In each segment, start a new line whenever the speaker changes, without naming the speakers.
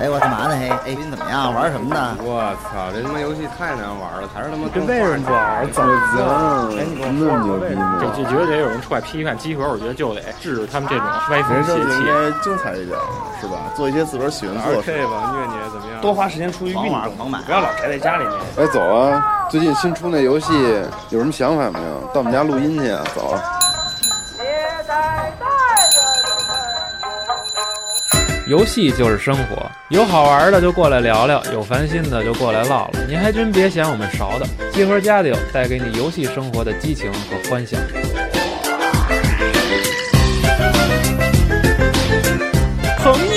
哎，我干嘛呢？嘿，哎，你怎么样？玩什么呢？
我操，这他妈游戏太难玩了，还是他妈
这为什么不玩？
哎
怎么
么
那么牛逼
就
呢？
就觉得得有人出来批判集合，我觉得就得制止他们这种歪风
人
邪
生就应
气。
该精彩一点，是吧？做一些自个儿喜欢做的事。
K 吧，虐你怎么样？
多花时间出去运
狂玩
动，
狂买
不要老宅在家里面。
哎，走啊！最近新出那游戏有什么想法没有？到我们家录音去啊！走啊。
游戏就是生活，有好玩的就过来聊聊，有烦心的就过来唠唠。您还真别嫌我们勺的，集合家里有带给你游戏生活的激情和欢笑。
朋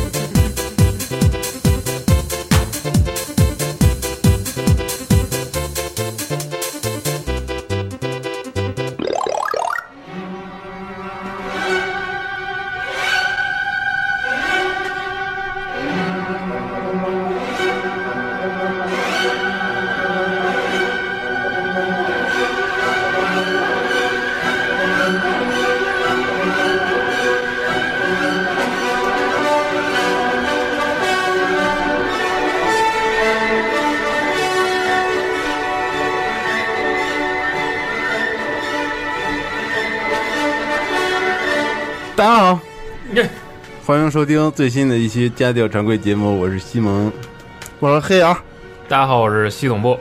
大家好，欢迎收听最新的一期《家教常规》节目，我是西蒙。
我是黑羊，
大家好，我是系统部。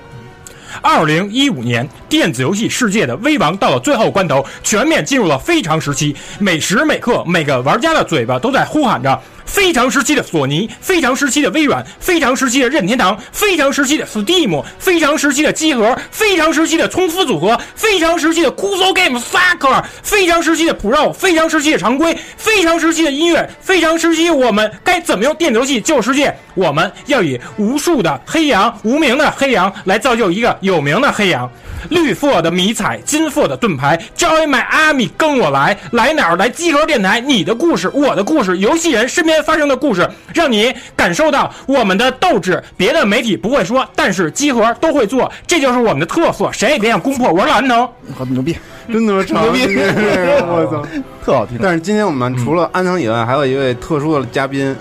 二零一五年，电子游戏世界的危亡到了最后关头，全面进入了非常时期。每时每刻，每个玩家的嘴巴都在呼喊着：非常时期的索尼，非常时期的微软，非常时期的任天堂，非常时期的 Steam，非常时期的机核，非常时期的冲夫组合，非常时期的 Kuso Game Sucker，非常时期的 Pro，非常时期的常规，非常时期的音乐，非常时期我们该怎么用电子游戏救世界？我们要以无数的黑羊、无名的黑羊来造就一个有名的黑羊。绿色的迷彩，金色的盾牌，Joy Miami 跟我来，来哪儿？来集合电台，你的故事，我的故事，游戏人身边发生的故事，让你感受到我们的斗志。别的媒体不会说，但是集合都会做，这就是我们的特色，谁也别想攻破。我是蓝能。
好牛逼，
真他妈长！
牛逼
今天这个我操！
特好听。嗯
但是今天我们除了安藤以外，还有一位特殊的嘉宾，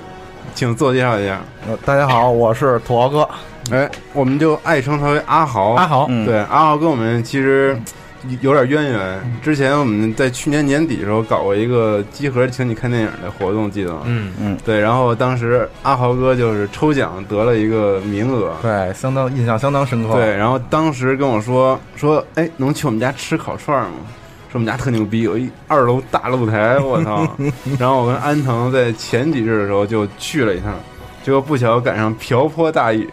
请自我介绍一下。
大家好，我是土豪哥。
哎，我们就爱称他为阿豪。
阿豪，
对，阿豪跟我们其实有点渊源。之前我们在去年年底的时候搞过一个集合请你看电影的活动，记得吗？
嗯，
对，然后当时阿豪哥就是抽奖得了一个名额，
对，相当印象相当深刻。
对，然后当时跟我说说，哎，能去我们家吃烤串儿吗？说我们家特牛逼，有一二楼大露台，我操！然后我跟安藤在前几日的时候就去了一趟，结果不巧赶上瓢泼大雨，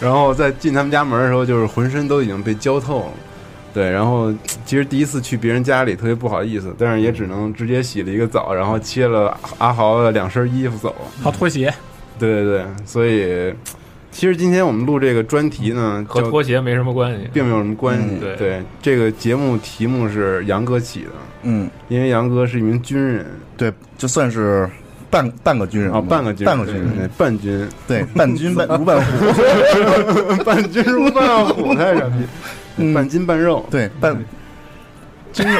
然后在进他们家门的时候，就是浑身都已经被浇透了。对，然后其实第一次去别人家里特别不好意思，但是也只能直接洗了一个澡，然后切了阿豪的两身衣服走。
好拖鞋，
对对对，所以其实今天我们录这个专题呢，
和
就
拖鞋没什么关系。
并没有什么关系。
嗯
对
这个节目题目是杨哥起的，
嗯，
因为杨哥是一名军人
对，就算是半半个军人
啊，半个军人，
半个军
对
人，，
半军，
对，半军半如半虎，
半军如半 虎，太傻逼，
嗯
半筋半肉。
对，半筋肉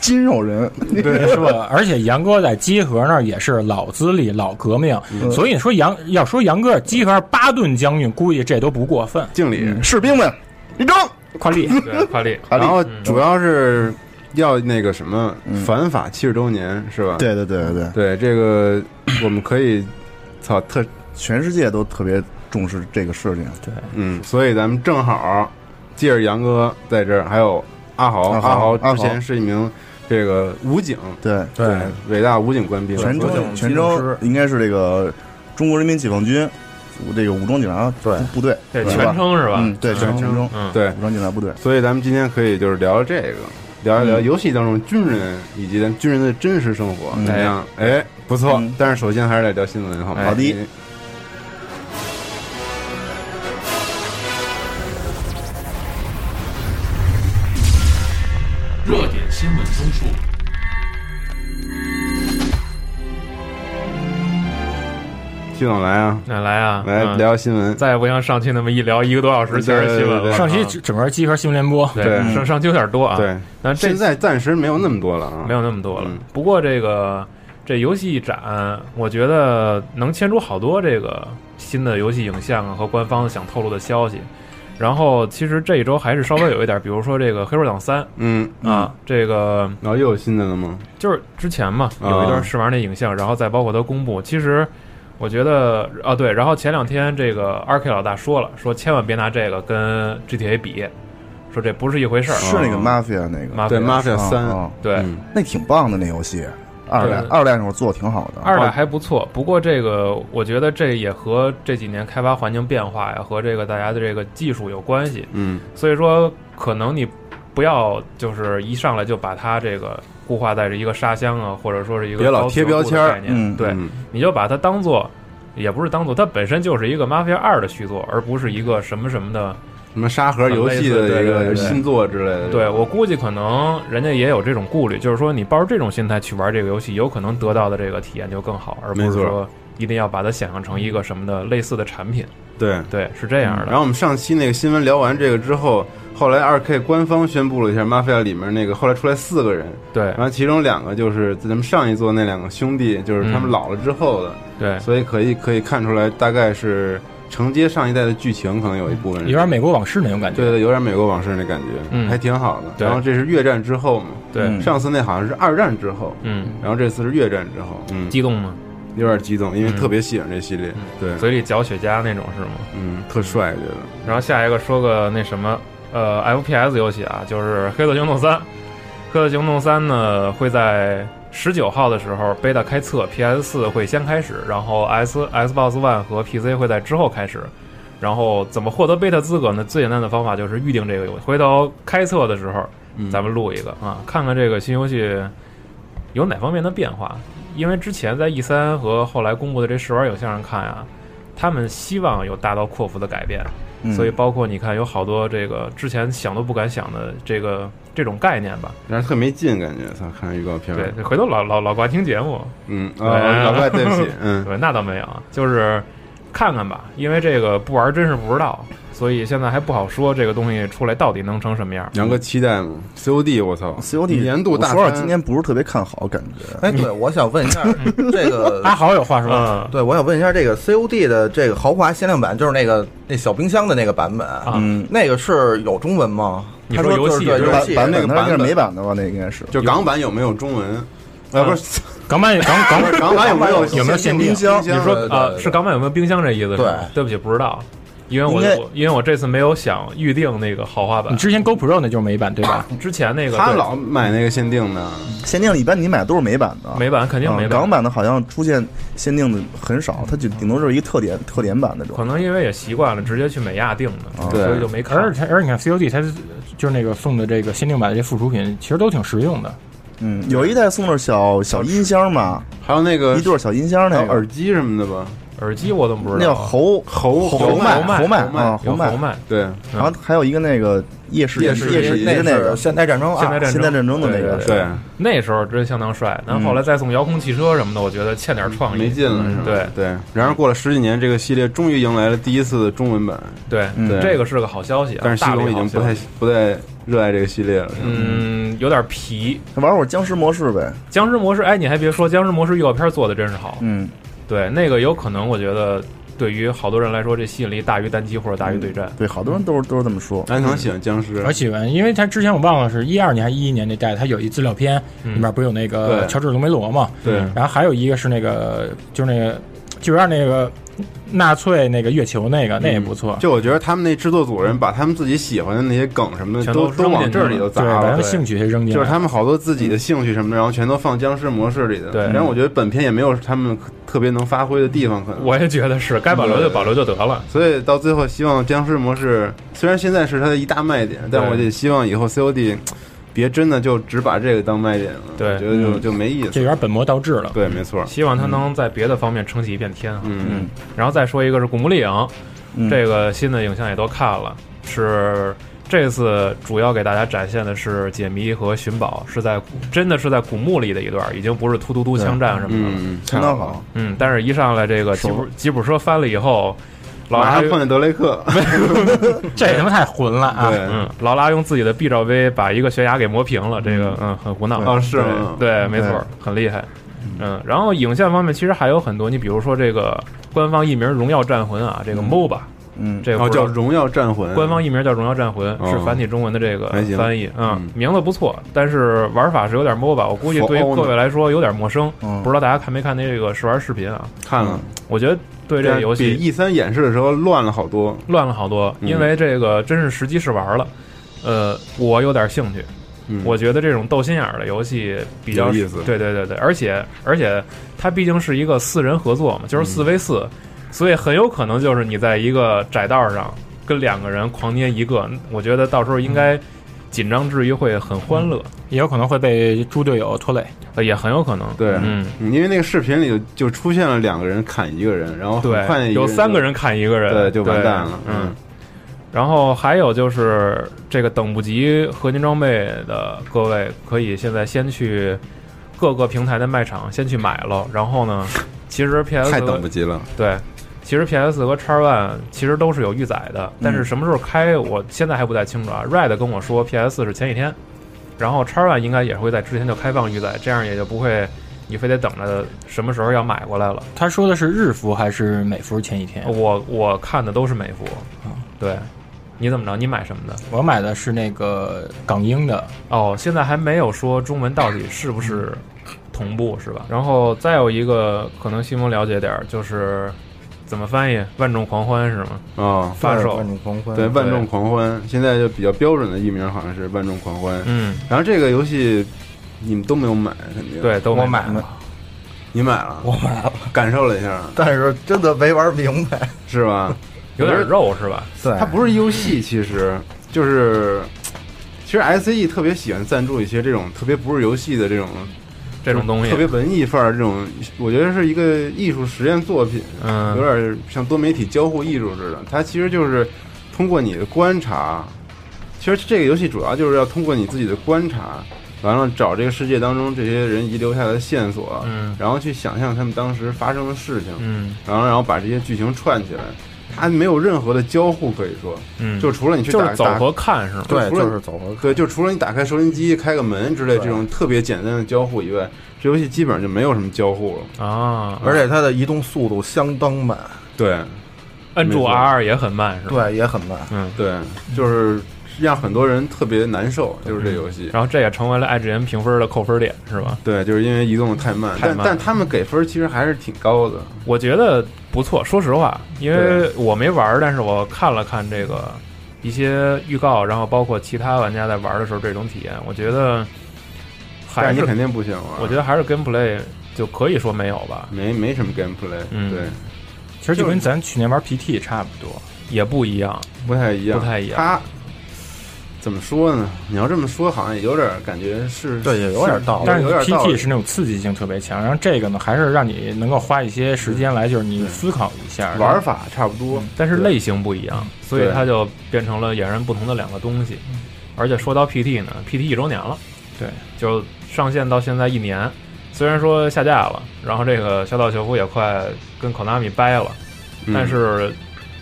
筋肉人，
对，
是吧？而且杨哥在集合那儿也是老资历、老革命，所以说杨要说杨哥集合八吨将军，估计这都不过分。
敬礼。
士兵们立正。
快立，
对，夸力。
好嘞
然后
嗯
主要是要那个什么反法七十周年是吧？
嗯对对对对对，
对，这个我们可以，操特
全世界都特别重视这个事情。
嗯，所以咱们正好借着杨哥在这儿，还有阿豪，
阿
阿
豪
豪
阿豪
之前是一名这个武警，
对，
对，伟大武警官兵，
泉州
武警
泉
技术
州
师
应该是这个中国人民解放军这个武装警察
对
部队，
对，
是
全
吧？
称是吧？
嗯，对，全称
嗯，
对，
武装警察部队。
所以咱们今天可以就是聊聊这个，聊一聊游戏当中军人以及咱们军人的真实生活
嗯
怎么样？哎，不错
嗯，
但是首先还是得聊新闻，好吗？哎
好的
因为
热
新闻综述。
徐总来啊，
那来啊，
来
嗯
聊新闻。
再也不像上期那么一聊一个多小时全是新闻了。
对
上期整个集合新闻联播，
对
对
上上期有点多啊，，
对，
但这
现在暂时没有那么多了啊，
没有那么多了
嗯。
不过这个这游戏展，我觉得能牵出好多这个新的游戏影像啊和官方想透露的消息。然后其实这一周还是稍微有一点，比如说这个《黑手党三
嗯，》
啊，这个
然后又有新的了吗？
就是之前嘛，
啊
有一段试玩那影像，然后再包括它公布，其实。我觉得啊，对，然后前两天这个 R K 老大说了，说千万别拿这个跟 G T A 比，说这不是一回事儿。
啊
啊
是
是那个 Mafia 那个，
Mafia
对，Mafia 三，
啊啊
对，
嗯
那挺棒的那游戏，二代
对
二代那会儿做得挺好的，
二代还不错，不过这个我觉得这也和这几年开发环境变化呀，和这个大家的这个技术有关系。
嗯，
所以说，可能你不要就是一上来就把它这个固化在这一个沙箱啊，或者说是一个
别老
高级
贴标签
的
儿
概念。
嗯
对，
嗯
你就把它当做，也不是当做，它本身就是一个 Mafia 二的续作，而不是一个什么什么的。
什么沙盒游戏的
很类似
一
对对对
个
对
新作之类的，
对我估计可能人家也有这种顾虑，就是说你抱着这种心态去玩这个游戏，有可能得到的这个体验就更好，而不是
没错
说一定要把它想象成一个什么的类似的产品。
对。
对，是这样的。
嗯然后我们上期那个新闻聊完这个之后，后来二 K 官方宣布了一下《Mafia》里面那个，后来出来四个人，
对
然后其中两个就是咱们上一座那两个兄弟，就是他们
嗯
老了之后的，
对
所以可以可以看出来，大概是承接上一代的剧情，可能有一部分是
有点美国往事那种感觉。
对对，有点美国往事那感觉，
嗯
还挺好的。
对
然后这是越战之后嘛，
对，
嗯
上次那好像是二战之后，
嗯，
然后这次是越战之后，嗯，
激动吗？
有点激动，因为
嗯
特别喜欢这系列，对，
嘴里嚼雪茄那种是吗？
嗯，特帅，觉得
然后下一个说个那什么，呃，FPS 游戏啊，就是《黑色行动三》。《黑色行动三》呢会在十九号的时候 beta 开测，PS 四会先开始，然后 S Xbox One 和 PC 会在之后开始。然后怎么获得 beta 资格呢？最简单的方法就是预定这个游戏，回头开测的时候
嗯
咱们录一个啊，看看这个新游戏有哪方面的变化。因为之前在 E 三和后来公布的这试玩影像上看啊，他们希望有大刀阔斧的改变，
嗯
所以包括你看有好多这个之前想都不敢想的这个这种概念吧。
但是特没劲，感觉，操，看预告片儿，
对，回头老老老挂听节目，
嗯，
哎
啊，老怪，对不 起，嗯，
对，那倒没有，就是看看吧，因为这个不玩真是不知道，所以现在还不好说这个东西出来到底能成什么样。
杨哥期待吗？COD，我操
COD
年度大
我说
说
说今年不是特别看好，感觉
哎，对，我想问一下这 个
阿豪有话说，
嗯
对，我想问一下，这个 COD 的这个豪华限量版，就是那个那小冰箱的那个版本，
啊
嗯，
那个是有中文吗？
你
他
说游
就是
戏
对
是吧
游
版
戏
版
那个
本它
版
是
本
美版的吧？那应该是
就港版有没有中文？啊，不是，
港版港港
港版有没有
有没有限定
冰箱？
你说对对
啊，
呃对
是港版有没有冰箱这意思？是吧对不起，不知道，因为我
应该
我因为我这次没有想预定那个豪华版
你，之前 GoPro 那就是美版对吧？
之前那个
他
对
老买那个限定的，
限定里一般你买都是美版的，
美版肯定
嗯
没版
港版的好像出现限定的很少，它就顶多就是一个特点特点版那种
可。能因为也习惯了直接去美亚订的，
对
所以就没看。
而且而且你看 COD 它就是那个送的这个限定版的这附属品，其实都挺实用的。
嗯，有一代送的小小音箱嘛，
还有那个
一对小音箱
还
那
有
个
耳机什么的吧？
耳机我怎么不
那
知
叫
道？
猴
猴
猴
麦
麦
猴
猴
麦
麦啊
有
猴
侯
麦，
麦，
对，
然后还有一个那个夜视
嗯夜
视
视
夜
夜视
夜视那
是
个
现代战争
现代
二，
战
现代战争的那
对嗯
个嗯
对，
那时候真相当帅。但后来再送遥控汽车什么的，我觉得欠点创意，
没劲了，是吧？
对
对。然而过了十几年，这个系列终于迎来了第一次的中文版，
对，
嗯
对
这个是个好消息啊。
但是西
大力
总已
好
经不
消
太
息
不太热爱这个系列了，是吧？
嗯有点皮。
玩会儿僵尸模式呗。
僵尸模式，哎，你还别说，僵尸模式预告片做的真是好。
嗯，
对，那个有可能我觉得对于好多人来说，这吸引力大于单机或者大于对战。
对，好多人都是都是这么说。
安藤喜欢僵尸，
而且因为它之前我忘了是一二年还是一一年那代，它有一资料片
嗯
里面不是有那个
对
乔治隆梅罗嘛？
对
然后还有一个是那个就是那个就是让那个纳粹那个月球那个那也不错，
嗯就我觉得他们那制作组人把他们自己喜欢的那些梗什么的
全
都
都扔
往
进
这
去
里头
对，
砸
把他
了，
们
对
兴趣给扔进来。
就是他们好多自己的兴趣什么的，然后全都放僵尸模式里的。
嗯对
然后我觉得本片也没有他们特别能发挥的地方，可能。
我也觉得是，该保留就保留就得了。
嗯
所以到最后，希望僵尸模式虽然现在是它的一大卖点，但
对
我也希望以后 COD 别真的就只把这个当卖点了。
对嗯
我觉得就就没意
这
思。
有点本末倒置了。
对，没错。
希望他能在别的方面撑起一片天啊。
嗯，
然后再说一个是《古墓丽影》，
嗯
这个新的影像也都看了，是这次主要给大家展现的是解谜和寻宝，是在真的是在古墓里的一段，已经不是突突突枪战什么的了。
嗯，
相当好。
嗯，但是一上来这个吉普吉普车翻了以后，劳
马
拉
上碰见德雷 克，
这他妈太混了啊！
对，
嗯，劳拉用自己的 B 罩杯把一个悬崖给磨平了，这个嗯很胡闹。
哦是吗？
对，没错，很厉害。嗯，然后影像方面其实还有很多，你比如说这个官方译名《荣耀战魂》啊，这个 MOBA，
嗯，
这个
然
不
后
知道
哦叫《荣耀战魂》，
官方译名叫《荣耀战魂》，
哦
是繁体中文的这个
还行
翻译，嗯
嗯，
名字不错，但是玩法是有点 MOBA，我估计对于
For Honor
各位来说有点陌生，
嗯
不知道大家看没看那个试玩视频啊？
看了
我觉得对这个游戏
比 E 三演示的时候乱了好多。
乱了好多，
嗯
因为这个真是时机试玩了。呃，我有点兴趣，
嗯
我觉得这种斗心眼儿的游戏比较
有意思
对对对对，而且而且它毕竟是一个四人合作嘛，就是
嗯
四 v 四，所以很有可能就是你在一个窄道上跟两个人狂捏一个，我觉得到时候应
嗯
该紧张之余会很欢乐，
也有可能会被猪队友拖累。
呃也很有可能。
嗯对，
嗯，
因为那个视频里就出现了两个人砍一个人，然后很快
对，
一
有三个人砍一个人，
对就完蛋了
嗯
嗯，
然后还有就是这个等不及合金装备的各位，可以现在先去各个平台的卖场先去买了。然后 呢，其实 PS
太等不及了。
对，其实 PS 和 X One 其实都是有预载的，
嗯
但是什么时候开，我现在还不太清楚啊。Red 跟我说 PS 是前几天，然后 X One 应该也会在之前就开放预载，这样也就不会你非得等着什么时候要买过来了。
他说的是日服还是美服？前几
嗯哦
天
我我看的都是美服，对，你怎么着？你买什么的？
我买的是那个港英的，
哦，现在还没有说中文到底是不是同步，是吧？然后再有一个可能西蒙了解点儿，就是怎么翻译“万众狂欢”是吗？
哦，
发售，
万众狂欢，
对，万众狂欢，现在就比较标准的译名好像是万众狂欢。
嗯，
然后这个游戏你们都没有买，肯定。，
对，都
我
买
买了。
你买了，我买了，感受了一下，
但是真的没玩明白。
是吧？
有点肉是吧？
对
它不是游戏，其实就是，其实 S E 特别喜欢赞助一些这种特别不是游戏的这种
这种东西
特别文艺范儿这种，我觉得是一个艺术实验作品，
嗯
有点像多媒体交互艺术似的。它其实就是通过你的观察，其实这个游戏主要就是要通过你自己的观察，完了找这个世界当中这些人遗留下来的线索，
嗯
然后去想象他们当时发生的事情，
嗯
然后然后把这些剧情串起来。它没有任何的交互可以说，
嗯，
就除了你去
就
打
是走
打
和看是吗？
对，
除了
就是走回
对，就除了你打开收音机、开个门之类
啊
这种特别简单的交互以外，这游戏基本上就没有什么交互了。
啊，
而且它的移动速度相当慢，
对
摁住
没错
R 也很慢是吧？
对，也很慢。
对，
嗯
就是让很多人特别难受，就是这游戏。
然后这也成为了 IGN 评分的扣分点是吧？
对，就是因为移动得太慢，
太慢
但但他们给分其实还是挺高的。
我觉得不错，说实话，因为我没玩儿，但是我看了看这个一些预告，然后包括其他玩家在玩儿的时候这种体验，我觉得还
但是
是
你肯定不行啊，
我觉得还是 gameplay 就可以说没有吧，
没没什么 gameplay，、
嗯
对，
其实就跟咱去年玩 PT 差不多。
也不一样，
不太一样，
不太一样
它怎么说呢？你要这么说，好像也有点感觉是，
对也有点道理
但是
哦有点道
PT
理。
是那种刺激性特别强，然后这个呢，还是让你能够花一些时间来，就是你思考一下
玩。法差不多，
但是
对嗯
类型不一样，所以
对
它就变成了俨然不同的两个东西。而且说到 PT 呢，PT 一周年了，
对，
就上线到现在一年，虽然说下架了，然后这个小岛秀夫也快跟 Konami 掰了。
嗯
但是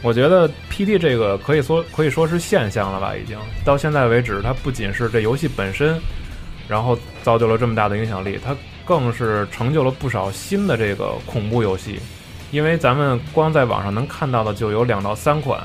我觉得 PD 这个可以说可以说是现象了吧，已经到现在为止，它不仅是这游戏本身，然后造就了这么大的影响力，它更是成就了不少新的这个恐怖游戏，因为咱们光在网上能看到的就有两到三款。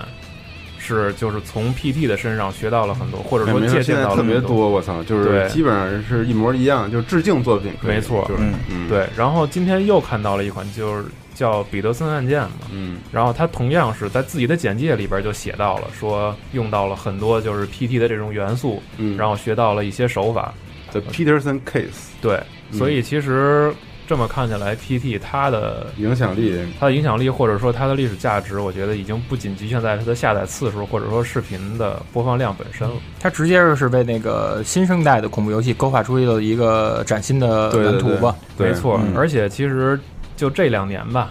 是，就是从 PT 的身上学到了很多，或者
哎
说
没事
借鉴
现在
到了
特别
很多。
多，我操，就
对
是基本上是一模一样，就是致敬作品可以，
没错
就是
嗯
嗯，，
对，然后今天又看到了一款，就是叫《彼得森案件》嘛，
嗯，
然后他同样是在自己的简介里边就写到了，说用到了很多就是 PT 的这种元素，
嗯
然后学到了一些手法。
The Peterson Case
对，
嗯
所以其实这么看起来，PT 它的
影响力，
它的影响力或者说它的历史价值，我觉得已经不仅局限在它的下载次数或者说视频的播放量本身了。
它直接就是被那个新生代的恐怖游戏勾画出了一个崭新的
对
蓝
对
图吧。
对，
没错，
嗯
而且其实就这两年吧，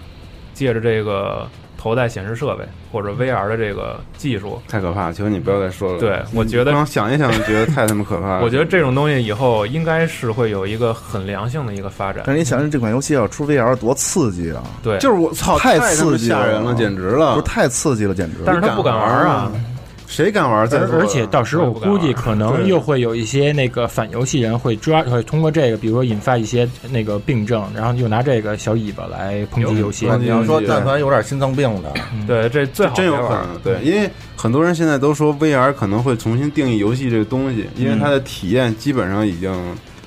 借着这个。头戴显示设备或
嗯
者 VR 的这个技术。
太可怕了！求你不要再说了。
对我觉得
刚想一想，觉得太他妈可怕了。
我觉得这种东西以后应该是会有一个很良性的一个发展。
但是你想想，这款游戏要出 VR 多刺激啊！
对，
就是我操，
太
太他妈
刺激
吓人了，
了啊
简直了！嗯
不是太刺激了，简直。
但是 他不敢玩啊。
谁敢玩在座的？
而且到时候我估计可能
对
又会有一些那个反游戏人会抓，会通过这个，比如说引发一些那个病症，然后就拿这个小尾巴来抨击游戏。
有
你要说但凡有点心脏病的，
嗯对，这最好
真有
没
可
玩嗯
能，对，因为很多人现在都说 VR 可能会重新定义游戏这个东西，因为它
嗯
的体验基本上已经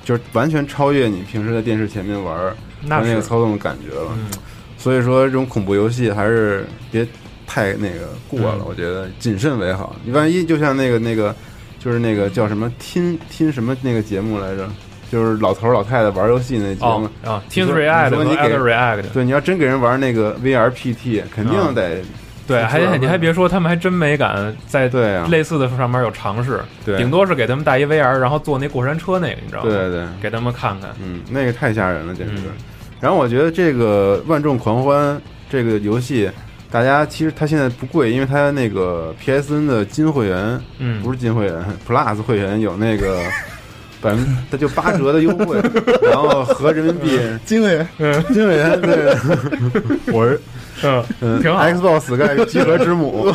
就是完全超越你平时在电视前面玩儿
那
和那个
是
操纵的感觉了。
嗯
所以说，这种恐怖游戏还是别太那个过了，
嗯
我觉得谨慎为好。你万一就像那个那个，就是那个叫什么听听什么那个节目来着，就是老头儿老太太玩游戏那节目。
哦啊，Teens
你说
React
你
和
说你给
Elder React，
对，你要真给人玩那个 VR PT，肯
啊
定得、
对，还你还别说，他们还真没敢在
嗯对啊，
类似的上面有尝试，
对
顶多是给他们带一 VR，然后坐那过山车那个，你知道吗？
对对对，
给他们看看。
嗯，那个太吓人了，简直。
嗯
然后我觉得这个《万众狂欢》这个游戏，大家其实它现在不贵，因为它那个 PSN 的金会员
嗯，
不是金会员，Plus 会员有那个百分，它就八折的优 惠，然后合人民币
金伟，
金会员对，我是
嗯
嗯，
挺好
Xbox Sky 集合 之母，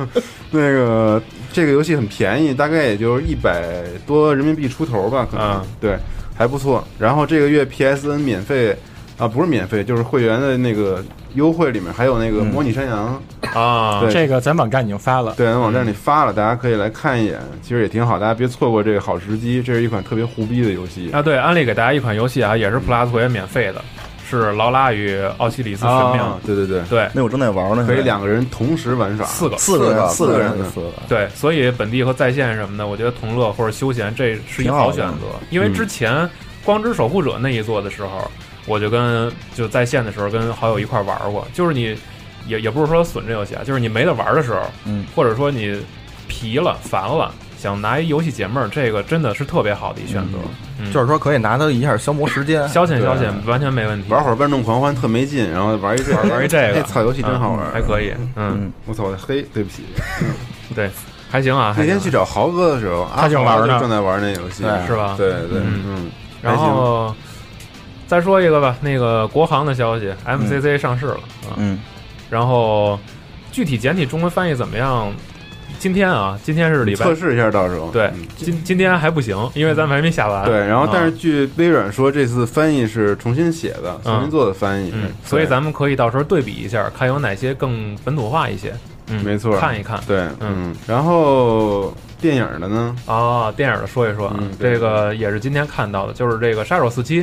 那个这个游戏很便宜，大概也就是一百多人民币出头吧，可能、
啊
对，还不错。然后这个月 PSN 免费啊，不是免费，就是会员的那个优惠里面还有那
嗯
个模拟山羊，
啊，
对
这个咱网站已经发了，
对，咱网站
嗯
里发了，大家可以来看一眼，其实也挺好，大家别错过这个好时机。这是一款特别胡逼的游戏，
啊，对，安利给大家一款游戏啊，也是 Plus 会员免费的，是劳拉与奥西里斯神庙。
啊对对对，
对
那我正在玩呢，
可以
现在
两个人同时玩耍，
四个
四个人，
四
四
个
个
人
人
嗯，
四个人。
对，所以本地和在线什么的，我觉得同乐或者休闲这是一
挺
好
好的
选择。因为之前《光之守护者》那一座的时候，我就跟就在线的时候跟好友一块儿玩过，就是你也也不是说损这游戏啊，就是你没得玩的时候，
嗯，
或者说你疲了、烦了，想拿一游戏解闷儿，这个真的是特别好的一选择，嗯
就是说可以拿它一下消磨时间。
消遣消遣完全没问题。
哎玩会儿万众狂欢特没劲，然后玩一这
玩玩一这
哎
个，
操，游戏真好玩，
嗯还可以，嗯，
我操，我的黑，对不起。
对，还行啊。
那天
还行
去找豪哥的时候，
他正玩呢
阿豪就正在玩那游戏，
是吧
对对，
嗯
嗯，
然后再说一个吧，那个国行的消息，MCC 上市了啊。
嗯，
然后具体简体中文翻译怎么样？今天啊，今天是礼拜
测，试一下到时候。
对
嗯，
今今天还不行，因为咱们还没下完。
对，然后但是
啊
据微软说，这次翻译是重新写的，重新做的翻译
嗯，，所以咱们可以到时候对比一下，看有哪些更本土化一些。嗯，
没错
看一看。
对，嗯，然后电影的呢，
啊，电影的说一说啊，
嗯对
这个也是今天看到的，就是这个《杀手四七》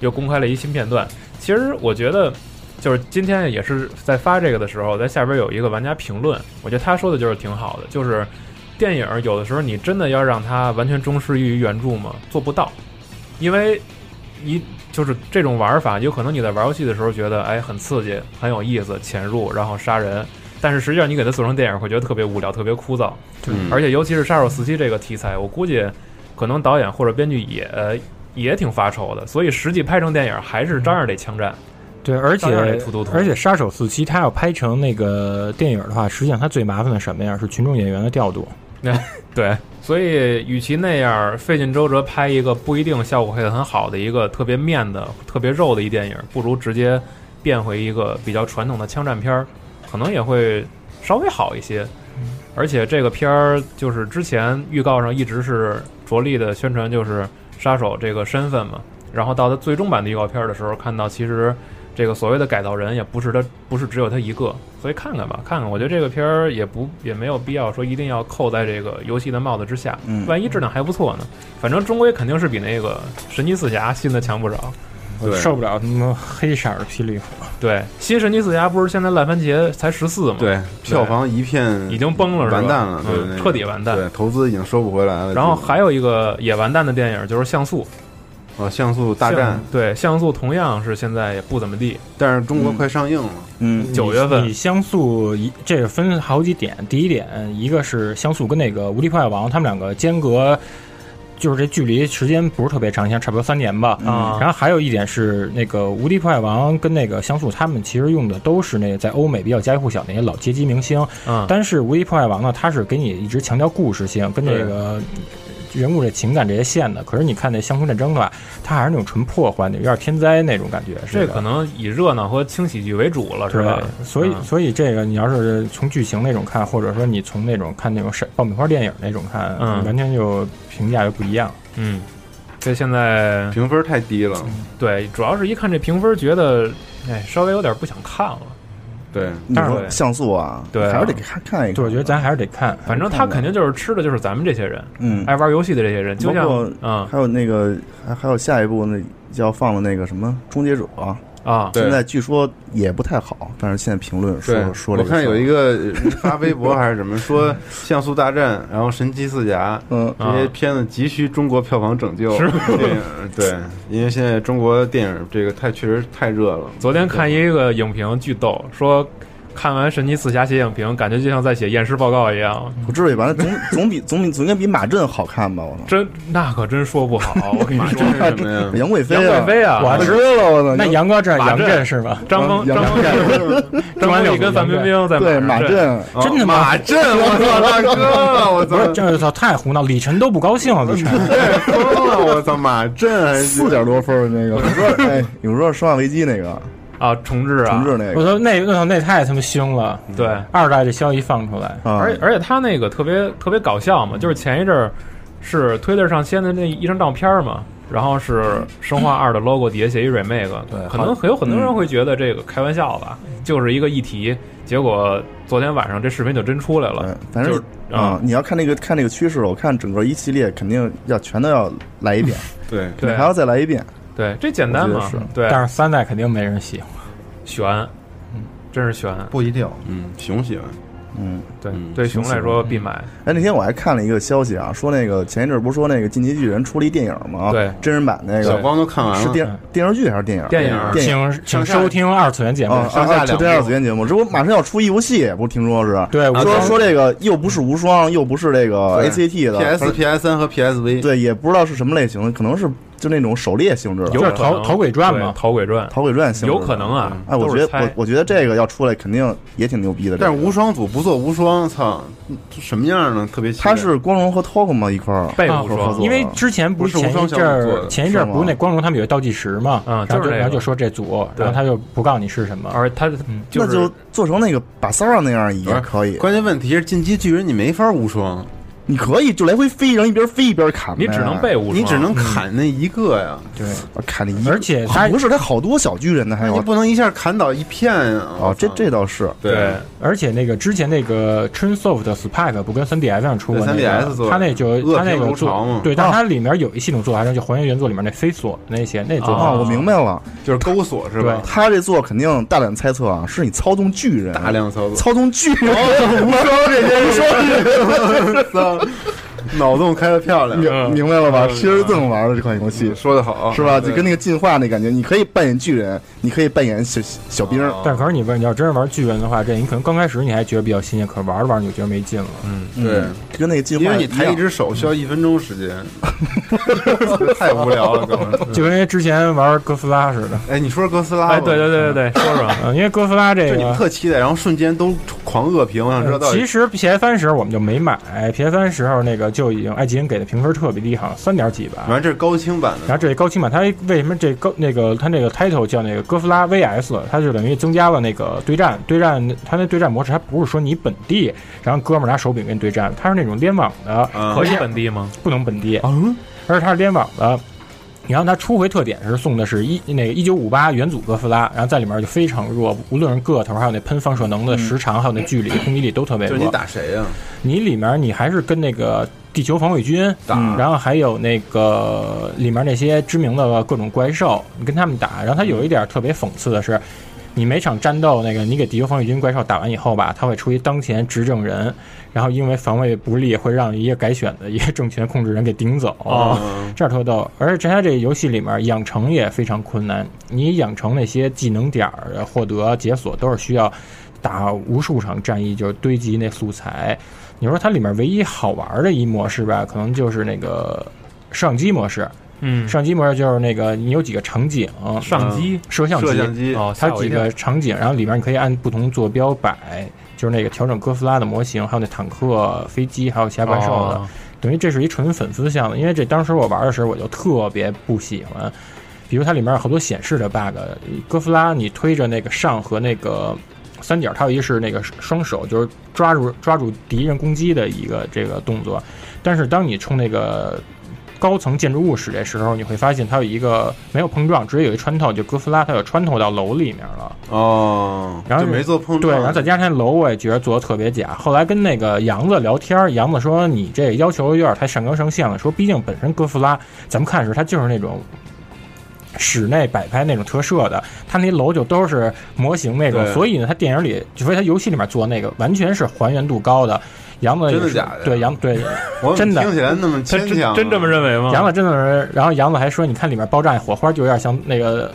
又公开了一新片段。其实我觉得，就是今天也是在发这个的时候，在下边有一个玩家评论，我觉得他说的就是挺好的，就是电影有的时候你真的要让它完全忠实于原著吗？做不到，因为一就是这种玩法，有可能你在玩游戏的时候觉得哎很刺激、很有意思，潜入然后杀人，但是实际上你给它做成电影会觉得特别无聊、特别枯燥。
嗯
而且尤其是杀手四七这个题材，我估计可能导演或者编剧也、呃也挺发愁的，所以实际拍成电影还是照样得枪战。
对，而且
当然得突突突
而且《杀手四七》它要拍成那个电影的话，实际上它最麻烦的什么呀？是群众演员的调度。
对，所以与其那样费尽周折拍一个不一定效果会很好的一个特别面的、特别肉的一电影，不如直接变回一个比较传统的枪战片儿，可能也会稍微好一些。而且这个片儿就是之前预告上一直是着力的宣传，就是杀手这个身份嘛。然后到他最终版的预告片儿的时候，看到其实这个所谓的改造人也不是他，不是只有他一个，所以看看吧，看看。我觉得这个片儿也不也没有必要说一定要扣在这个游戏的帽子之下，
嗯
万一质量还不错呢。反正终归肯定是比那个神奇四侠新的强不少。
我
对
受不了他妈黑色的霹雳火。
对，新神奇四侠不是现在烂番茄才十四吗？，
对票房一片
已经崩了是吧，
完蛋了，对
嗯，
那个
彻底完蛋。
对，投资已经收不回来了。
然后还有一个也完蛋的电影就是《像素》，
啊，像素大战
像，对，《像素》同样是现在也不怎么地，
但是中国快上映了，
嗯，
九月份
你像素一这个分好几点，第一点，一个是像素跟那个《无敌破坏王》他们两个间隔就是这距离时间不是特别长，像差不多三年吧。
啊
然后还有一点是，那个《无敌破坏王》跟那个《像素》，他们其实用的都是那个在欧美比较家喻户晓的那些老街机明星。
嗯，
但是《无敌破坏王》呢，它是给你一直强调故事性，跟这个人物的情感这些线的。可是你看那《乡村战争》的话，它还是那种纯破坏的，有点天灾那种感觉。是
这
的
可能以热闹和轻喜剧为主了，是
对
吧？
所以
嗯
所以这个你要是从剧情那种看，或者说你从那种看那种闪爆米花电影那种看，
嗯
完全就评价就不一样。
嗯，这现在
评分太低了。
嗯对，主要是一看这评分，觉得哎，稍微有点不想看了。
对，
你
但是
说像素啊，
对啊
还是得看看一看。
对，我觉得咱还是得看。
反正他肯定就是吃的就是咱们这些人，
嗯，
爱玩游戏的这些人，就像
包括
嗯
还有那个还还有下一部那要放的那个什么《终结者》，
啊，
对
现在据说也不太好，但是现在评论
对
说，说
我
这个事
看
儿，
有一个人发微博还是什么，说《像素大战》，然后《神奇四侠》
嗯
这些片子急需中国票房拯救。
是
电影对，因为现在中国电影这个太确实太热 了。
昨天看一个影评巨逗，说看完《神奇四侠》写影评，感觉就像在写验尸报告一样。
嗯不至于吧？那总总比总比总应该比马震好看吧？我操，
真那可真说不好，我 跟你说，
是什么呀？
杨贵妃
杨
啊
贵， 妃
我
啊
还，
我知道了，我
那
操，
杨哥这
马
杨
震
震是吧？
张丰张丰毅，张丰毅跟范冰冰在
对
马
马
上
震，
哦
真的吗
马震，我操，大哥，我操
不，是，这操太胡闹，李晨都不高兴了。啊李晨，
嗯
疯了，我操，马震还
四
是
点多分儿那个，你说哎，你们说《生化危机》那个
啊，重置啊
重，置那
我
个
说那那那太他妈凶了。
对，
二代这消息放出来，
啊，
而而且他那个特别特别搞笑嘛，就是前一阵儿是推特上先的那一张照片嘛，然后是《生化二》的 logo 底下写一 remake，
对
可能很有很多人会觉得这个开玩笑吧，就是一个议题，结果昨天晚上这视频就真出来了
嗯，，反正
就是
啊，你要看那个看那个趋势，我看整个一系列肯定要全都要来一遍，
对，
肯
对
定还要再来一遍。
对，这简单
我
嘛
觉得是，
对，
但是三代肯定没人喜欢。
悬，真是悬，
不一定。
嗯，熊喜欢，
嗯，
对
嗯
对，熊来说必买，
哎，那天我还看了一个消息啊，说那个前一阵儿不是说那个《进击巨人》出了一电影吗？
对
真人版那
小
个
光都看完
是
了，
电电视剧还是电影？
电影哦
电影
请请收听二次元节目。
啊，
上下
啊
两
出
部
第二次元节目，这不马上要出一游戏，不是听说是？
对，我
说说这个又不是无双，又不是这个
对
ACT 的
PS、PS 三和 PSV，
对，也不知道是什么类型的，可能是就那种狩猎性质的，
有
就是
可
逃
能
逃鬼传
对
嘛
逃鬼传，
逃鬼传性质的
有可能。啊，
哎，我
都
觉
是
得
猜
我我觉得这个要出来肯定也挺牛逼的。
但是
这个
无双组不做无双，操，这什么样呢？特别奇怪
它是光荣和 Tokma 一块儿
被
啊
不说。
合作
因为之前不是
不是
前一
无双小
阵
组做
儿
的
前一阵儿
是吗
不是那光荣他们有一倒计时嘛，
嗯
然
就
后
是这个
然后就说这组，
对
然后他就不告诉你是什么，
而他
那
就是
就做成那个把三儿那样也可以，
关键问题是进击巨人你没法无双，
你可以就来回飞，然后一边飞一边砍呗。
你只能被无双，
嗯你只能砍那一个呀，
对，
啊砍你一，
而且
啊
它
不是它好多小巨人呢，还
你
有
不能一下砍倒一片啊！
哎哦，这
我操
这倒是
对
对，
而且那个之前那个 Trinsoft Spike 不跟 3DS 上出过那
对
个
3DS 做的
他那就
恶
他那
评
个
如潮
做
嘛
对，但是它里面有一系统做法，然后就还原原作里面那飞索那些那啊做
哦，
法
我明白
啊
了，
就是钩索是吧？
他这做肯定大胆猜测啊，是你操纵巨人，
大量操作，
操纵巨
哦
人，无双这件事，
脑洞开的漂亮，
明明白了吧？其实这么玩的这款游戏
说的好啊
是吧？
对
就跟那个进化那感觉，你可以扮演巨人，你可以扮演小小兵儿，
但可是你问，你要真是玩巨人的话，这你可能刚开始你还觉得比较新鲜，可玩着玩着你就觉得没劲了。
对，
跟那个进化
因为
样
你抬一只手需要一分钟时间，太无聊了，哥们儿。
就跟之前玩哥斯拉似的，
哎，你说哥斯拉吧，啊
哎，对对对对对，说说
嗯，因为哥斯拉这
就你们
个。
特期待，然后瞬间都狂恶评，我想知道到底
呃其实 PS 三时候我们就没买，PS 三时候那个就已经爱奇艺给的评分特别低，好像三点几吧。
完这是高清版的
然后这高清版，它为什么这高那个它那个 title 叫那个哥斯拉 VS，它就等于增加了那个对战对战，它那对战模式它不是说你本地，然后哥们儿拿手柄跟你对战，它是那种联网的，
啊
可以本地吗？
不能本地，而且它是联网的。然后它初回特点是送的是一那个一九五八元祖哥斯拉，然后在里面就非常弱，无论是个头，还有那喷放射能的时长，还有那距离、攻击力都特别
就
弱。
是你打谁啊呀？
你里面你还是跟那个地球防卫军
打
嗯然后还有那个里面那些知名的各种怪兽，你跟他们打。然后它有一点特别讽刺的是，你每场战斗那个你给地球防卫军怪兽打完以后吧，他会出一当前执政人，然后因为防卫不力会让一个改选的一个政权控制人给顶走。
哦
这样特逗，而且在这游戏里面养成也非常困难，你养成那些技能点儿呃获得解锁都是需要打无数场战役，就是堆积那素材。你说它里面唯一好玩的一模式吧，可能就是那个相机模式，
嗯，
相机模式就是那个你有几个场景，嗯
上
嗯
机
摄像
摄像
机，
机
哦，
它
吓我
几
一跳
个场景，然后里面你可以按不同坐标摆，就是那个调整哥斯拉的模型，还有那坦克、飞机，还有其他怪兽的，
哦
等于这是一纯粉丝向的。因为这当时我玩的时候，我就特别不喜欢，比如它里面有好多显示的 bug，哥斯拉你推着那个上和那个。三角，它有一是那个双手，就是抓住抓住敌人攻击的一个这个动作。但是当你冲那个高层建筑物使这时候，你会发现它有一个没有碰撞，直接有一穿透，就哥斯拉它有穿透到楼里面了。
哦，
然后
就没做碰
对，
撞，
然后再加上那楼，我也觉得做的特别假。后来跟那个杨子聊天，杨子说你这要求有点太上纲上线了，说毕竟本身哥斯拉咱们看的时候它就是那种。室内摆拍那种特摄的，它那楼就都是模型那种，
对
所以呢，它电影里，所以它游戏里面做那个完全是还原度高的。杨子也
真的
是
假的呀啊
对杨 对
我怎
真
么
的
听起来那么
他
牵
真
强啊，
真这么认为吗？
杨子真的是，然后杨子还说，你看里面爆炸火花就有点像那个，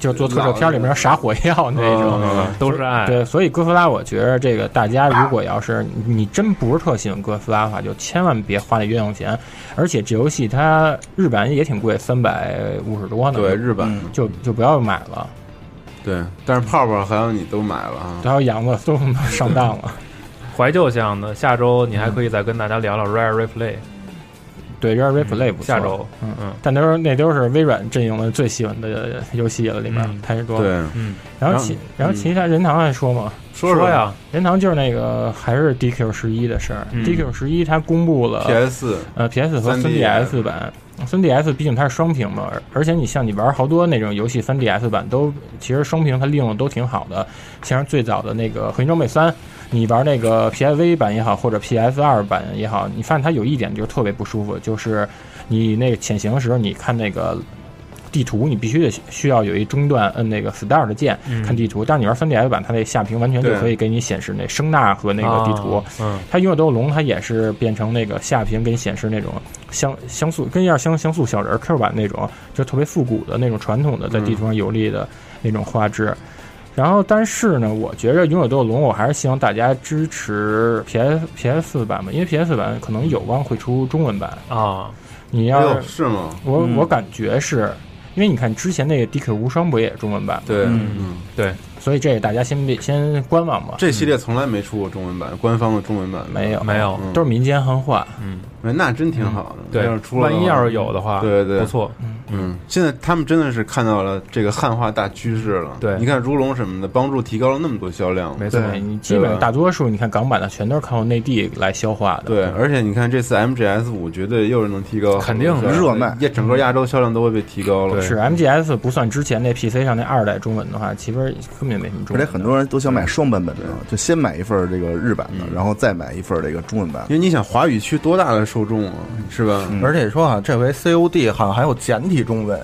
就是做特摄片里面撒火药那种。
嗯
都是爱，
对，所以哥斯拉，我觉得这个大家如果要是你真不是特喜欢哥斯拉的话，就千万别花那冤枉钱。而且这游戏它日版也挺贵，三百五十多呢，
对日本，
嗯，
就就不要买了。
对，但是泡泡还有你都买了啊，
还有杨子都上当了。
怀旧向的。下周你还可以再跟大家聊聊 Rare Replay，
对，有点 replay 不错
下周，
嗯
嗯
但都是那都是微软阵营的最喜欢的游戏了，里面
嗯
太多了。
对，
嗯，
然后其然后其他人堂还说嘛，
说
说呀，
任堂就是那个还是 DQ 十一的事儿、
嗯
d q 十一它公布了
PS
呃 PS 和
3DS
版。3DS 毕竟它是双屏嘛，而而且你像你玩好多那种游戏，3DS 版都其实双屏它利用的都挺好的，像是最早的那个《合金装备三》，你玩那个 PSV 版也好，或者 PS 二版也好，你发现它有一点就是特别不舒服，就是你那个潜行的时候，你看那个地图，你必须得需要有一中断摁那个 Start 的键、
嗯
看地图，但是你玩 3DS 版，它那下屏完全就
对
可以给你显示那声呐和那个地图。
啊，嗯，
它《永远斗龙》它也是变成那个下屏给你显示那种像像素跟一样像像素小人儿 Q 版那种，就特别复古的那种传统的在地图上游历的那种画质。然后，但是呢，我觉着《永远斗龙》，我还是希望大家支持 PS PS 版吧，因为 PS 版可能有望会出中文版。
啊，
你
哎
要
呦
是
是吗？
我
嗯
我感觉是，因为你看之前那个《DQ 无双》不也是中文版吗，
对，
嗯
嗯，
所以这大家先别先观望吧。
这系列从来没出过中文版，官方的中文版
没有
嗯没有嗯
嗯
都是民间汉化。
哎那真挺好的。
对
要是，出了的
万
话，
一要是有的话，
对对
不错，
嗯，现在他们真的是看到了这个汉化大趋势了。
对
你看如龙什么的，帮助提高了那么多销量。
没错，
对你基本上大多数，你看港版的全都是靠内地来消化的。
对，而且你看这次 MGS 五绝对又是能提高，
肯定的
热卖
也整个亚洲销量都会被提高了。
对
是 MGS 不算之前那 PC 上那二代中文的话，其实根本没什么中
而
文的。
且很多人都想买双版本的，就先买一份儿这个日版的，然后再买一份儿这个中文版
因。为你想华语区多大的受众啊，是吧？
嗯
而且说啊，这回 COD 好像还有简体中文，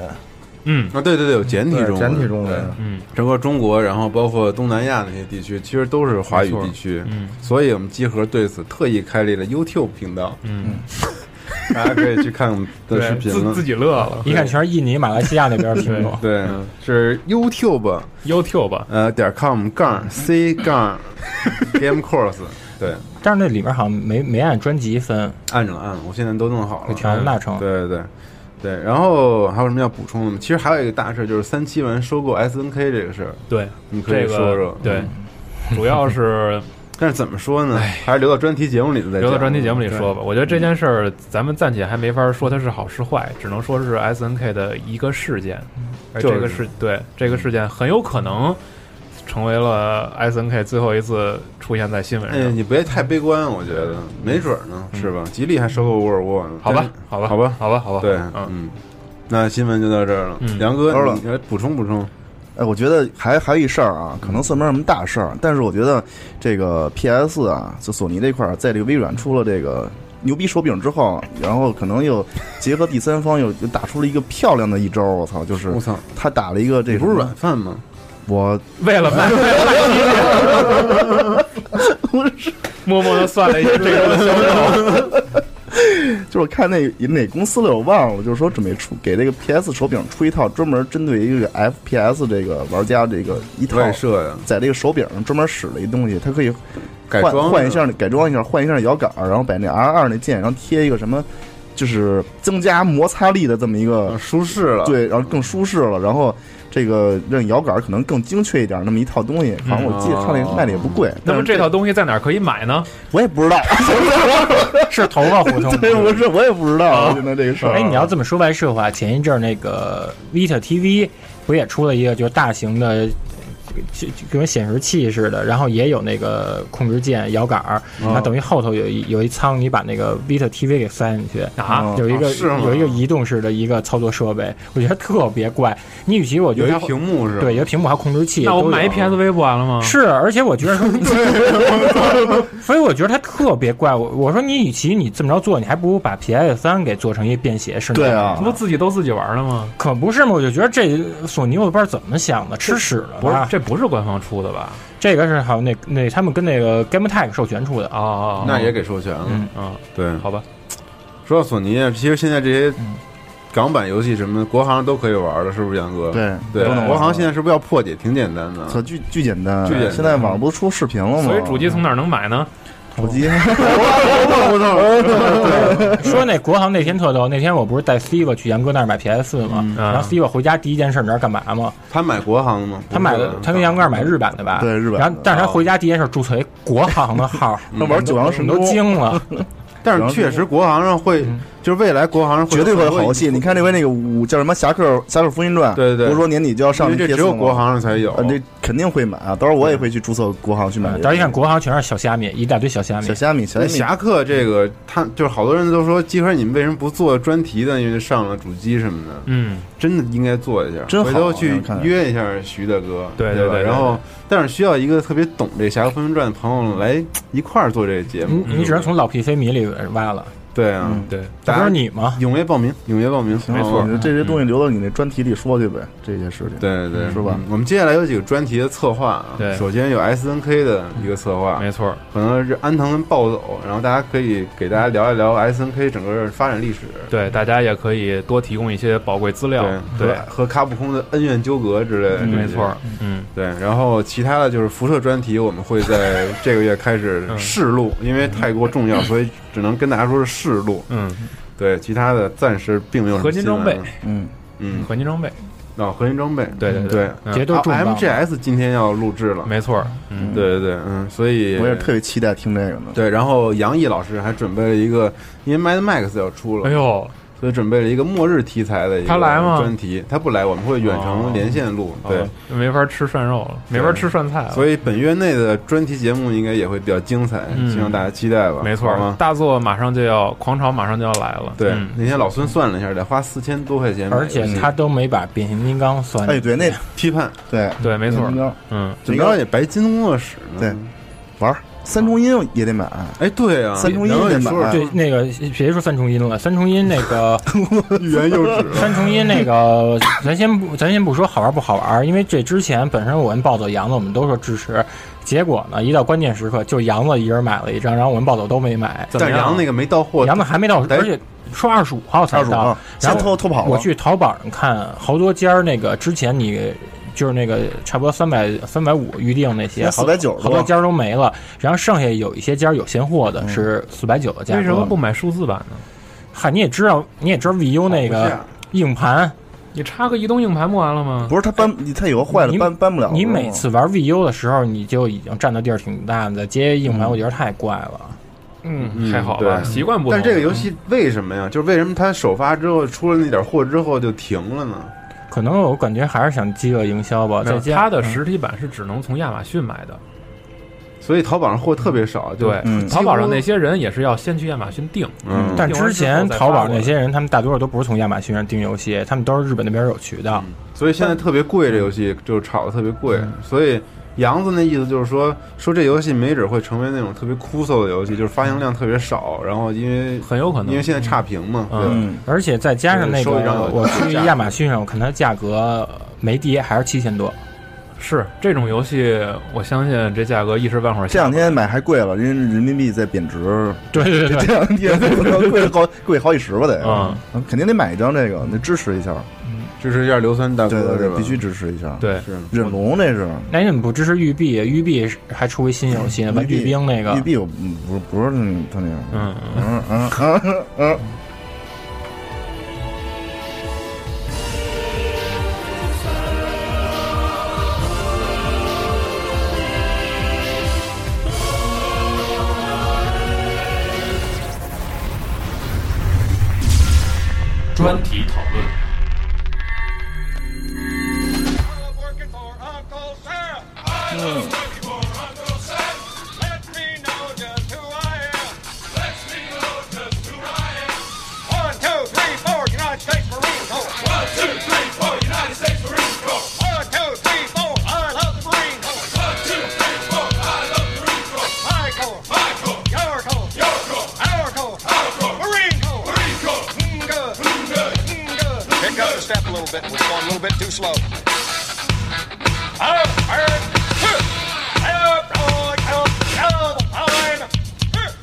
嗯
啊，对对对，有简体
对
中文，
简体中
对
文，
嗯
整个中国，然后包括东南亚那些地区，其实都是华语地区。
嗯
所以我们集合对此特意开立了 YouTube 频道，
嗯，
大家可以去看我们的视
对，
频
自
了
自。己乐 了。
一看全是印尼、马来西亚那 边的品种
对
嗯，
是 YouTube
，YouTube 吧，
呃点 com 杠 c 杠 game course。对，
但是那里面好像没没按专辑分，
按着了按了，我现在都弄好
给
了。嗯
调成那成。
对对对对，然后还有什么要补充的吗？其实还有一个大事儿就是三七文收购 SNK 这个事儿，
对，
你可
这
以说说
个。
嗯
对，主要是
但是怎么说呢？还是留到专题节目里头再讲。
哎留到专题节目里说吧。我觉得这件事儿，咱们暂且还没法说它是好是坏，只能说是 S N K 的一个事件。而
嗯就是
这个事，对这个事件很有可能成为了 S N K 最后一次出现在新闻
哎，
上。
你别太悲观，我觉得没准儿呢，是吧？吉利还收购沃尔沃呢。
嗯好吧，好吧，
但好吧，
好吧，好吧。
对，
嗯，
嗯，那新闻就到这儿了。
嗯
梁哥
好，了
你来补充补充。
哎，我觉得还还有一事儿啊，可能算不上什么大事儿，但是我觉得这个 PS 啊，就索尼这块儿，在这个微软出了这个牛逼手柄之后，然后可能又结合第三方又又打出了一个漂亮的一招，我操，就是
我操，
他打了一个这
你
个
不是软，饭吗？
我
为了卖，为了卖机 默默的算了一下这个的销售。
就是我看那哪公司了，我忘了，就是说准备出给这个 PS 手柄出一套专门针对于这个 FPS 这个玩家这个一套
外设呀，
在这个手柄上专门使了一东西，它可以
改
换
装
换一
的
下，改装一下，换一下摇杆儿，然后把那 R 二那键，然后贴一个什么就是增加摩擦力的这么一个
啊舒适了，
对，然后更舒适了，然后这个让摇杆可能更精确一点，那么一套东西，好像我记得看那个卖的也不贵。
那
但
么
是
这套东西在哪儿可以买呢？
我也不知道，
是头发胡同。
对，不是我也不
啊
知道，
啊
现在这个事儿。
哎，你要这么说万事的话，前一阵儿那个 Vita TV 不也出了一个就是大型的，就就跟显示器似的，然后也有那个控制键摇杆儿，那、等于后头有一有一仓，你把那个 Vita TV 给塞进去
啊
有一个、
啊是吗
有一个移动式的一个一个操作设备，我觉得特别怪。你与其我觉
有
得
一
它
屏幕是吧？
对，有一屏幕还有控制器，
那我
都有
买一
啊
PSV 不完了吗？
是，而且我觉得说， 所以我觉得它特别怪。我我说你，与其你这么着做，你还不如把 PS 三给做成一便携式。
对啊
这不自己都自己玩了吗？
可不是嘛，我就觉得这索尼我不知道怎么想的，吃屎
啊
了
不是
吧，？
这不是官方出的吧？
这个是好像那那他们跟那个 GameTech 授权出的啊。
哦哦，哦
那也给授权了。
嗯
嗯，
对，
好吧，
说到索尼，啊其实现在这些
嗯
港版游戏什么的国行都可以玩了，是不是杨哥？
对
对
都能，玩
国行现在是不是要破解？挺简单的。
可巨巨简单，
巨简单
现在网上不是出视频了吗？
所以主机从哪儿能买呢？
手机，
说那国行那天特逗，那天我不是带 Steve 去杨哥那儿买 PS 四嘛，
嗯
然后 Steve 回家第一件事你知道干嘛吗？
他买国行吗？
他买的他跟杨哥那儿买日版的吧？
对日版的
然后但是他回家第一件事注册一国行的 号，
那玩九阳
我
神
们都
功，
惊 了。
但是确实国行上会，就是未来国行上
绝对会有
有很多
好戏。你看那回那个五叫什么《侠客侠客风云传》，
对对对
不是说年底就要上
因为这只有
PS4 吗
国，行上才有啊
啊，。这肯定会买啊。到时候我也会去注册国行去买。
到时候一看国行全是小虾米，一大堆小虾米
小。虾米，小
那
虾米，
侠客这个，他就是好多人都说，集合你们为什么不做专题的？因为上了主机什么的，
嗯，
真的应该做一下，
真
回
好
头去
我看看
约一下徐大哥，
对
对
对
吧
对对
然后，但是需要一个特别懂这《侠客风云传》的朋友来一块儿做这个节目
你，你只能从老 PC 迷里挖了，
嗯
对啊，
对，
这
大
不
家
是你吗？
踊跃报名，踊跃报名，哦
行
没错嗯
我觉。得啊这些东西留到你那专题里说去呗，这些事情。
对对，
是吧
嗯我们接下来有几个专题的策划啊。
对
首先有 S N K 的一个策划，
没错，
可能是安藤跟暴走，然后大家可以给大家聊一聊 S N K 整个发展历史，
对，大家也可以多提供一些宝贵资料，
对，
对
和，和卡普空的恩怨纠葛之类的，
没错，嗯，
对，然后其他的就是辐射专题，我们会在这个月开始试录，因为太过重要，所以只能跟大家说是试录。
嗯，
对，其他的暂时并没有什么
合金装备
新闻，
嗯，
嗯，
合金装备，
啊，核心装备，
对对
对。
这
嗯，
啊
都是重磅
M G S 今天要录制了，
没错，嗯，
对对对，嗯，所以
我也特别期待听这个呢。
对。然后杨毅老师还准备了一个，因为 Mad Max 要出了，
哎呦，
所以准备了一个末日题材的一个
他来吗
专题，他不来，我们会远
哦
程连线录。对，
哦，没法吃涮肉了，没法吃涮菜了，
所以本月内的专题节目应该也会比较精彩，
嗯
希望大家期待吧。
没错
好，吗？
大作马上就要，狂潮马上就要来了，
对
嗯，
那天老孙算了一下，得花四千多块钱买
而
游戏，
且他都没把变形金刚算进
哎，
去。
对，那
批判
对
对，没错
变形金，刚
嗯，
怎么着也白金工作室呢？
对玩儿三重音也得买，
哎，对啊，
三重音
然后
得
你
买
说说
对，那个别说三重音了，三重音那个
欲言又止
三重音那个，咱先不咱先不说好玩不好玩，因为这之前本身我跟暴走杨子我们都说支持，结果呢，一到关键时刻就杨子一人买了一张，然后我跟暴走都没买，
但
样
杨那个没到货，
杨子还没到，而且说二十五号才
哎二十五
到
号，，
然
先
后
偷偷跑了。
我去淘宝上看，好多家儿那个之前你就是那个差不多三百三百五预定那些，
那
好好
490了
多
吧
家儿都没了。然后剩下有一些家儿有现货
嗯
的是四百九的价格。
为什么不买数字版呢？
嗨，你也知道，你也知道 VU 那个硬盘，
你插个移动硬盘不完了吗？
不是他搬，他有个坏了
你
搬搬不了了。
你每次玩 VU 的时候，你就已经占的地儿挺大的，接硬
嗯
盘我觉得太怪了。
嗯，
嗯
还好嗯吧，
对
习惯不同。
但是这个游戏为什么呀？就是为什么它首发之后出了那点货之后就停了呢？
可能我感觉还是想饥饿营销吧，
没有
再
它
加
嗯
的实体版是只能从亚马逊买的，
所以淘宝上货特别少，就
对，
嗯
淘宝上那些人也是要先去亚马逊订，
嗯
但
订完
之
后
前
再发
淘宝
过来
那些人，他们大多数都不是从亚马逊上订游戏，他们都是日本那边有渠道。
所以现在特别贵，这游戏就炒的特别贵。
嗯
所以杨子那意思就是说，说这游戏没准会成为那种特别枯燥的游戏，就是发行量特别少，然后因为
很有可能
因为现在差评嘛，对吧。
嗯，
而且再加上那个
收一张有，
我
有
去
价
亚马逊上，我看它价格没跌，还是七千多。
是这种游戏，我相信这价格一时半会儿
这
下
两
不来
天买还贵了，人人民币在贬值，
对对
这
对，
两天贵好贵好几十吧得。
嗯，
肯定得买一张这个，那支持一下。
支持一下硫酸大
对
哥
对
是
对，
吧？
必须支持一下。，
对，
是
忍龙这是
那你怎么不支持育碧？育碧还出一新游戏呢，玩具兵那个
玉。碧我嗯不是不是他那样。
嗯，
嗯嗯嗯嗯，
专题讨论。
Pick up the step a little bit. We're going a little bit too slow. Up, bird. Up, right, up, down, line. Up,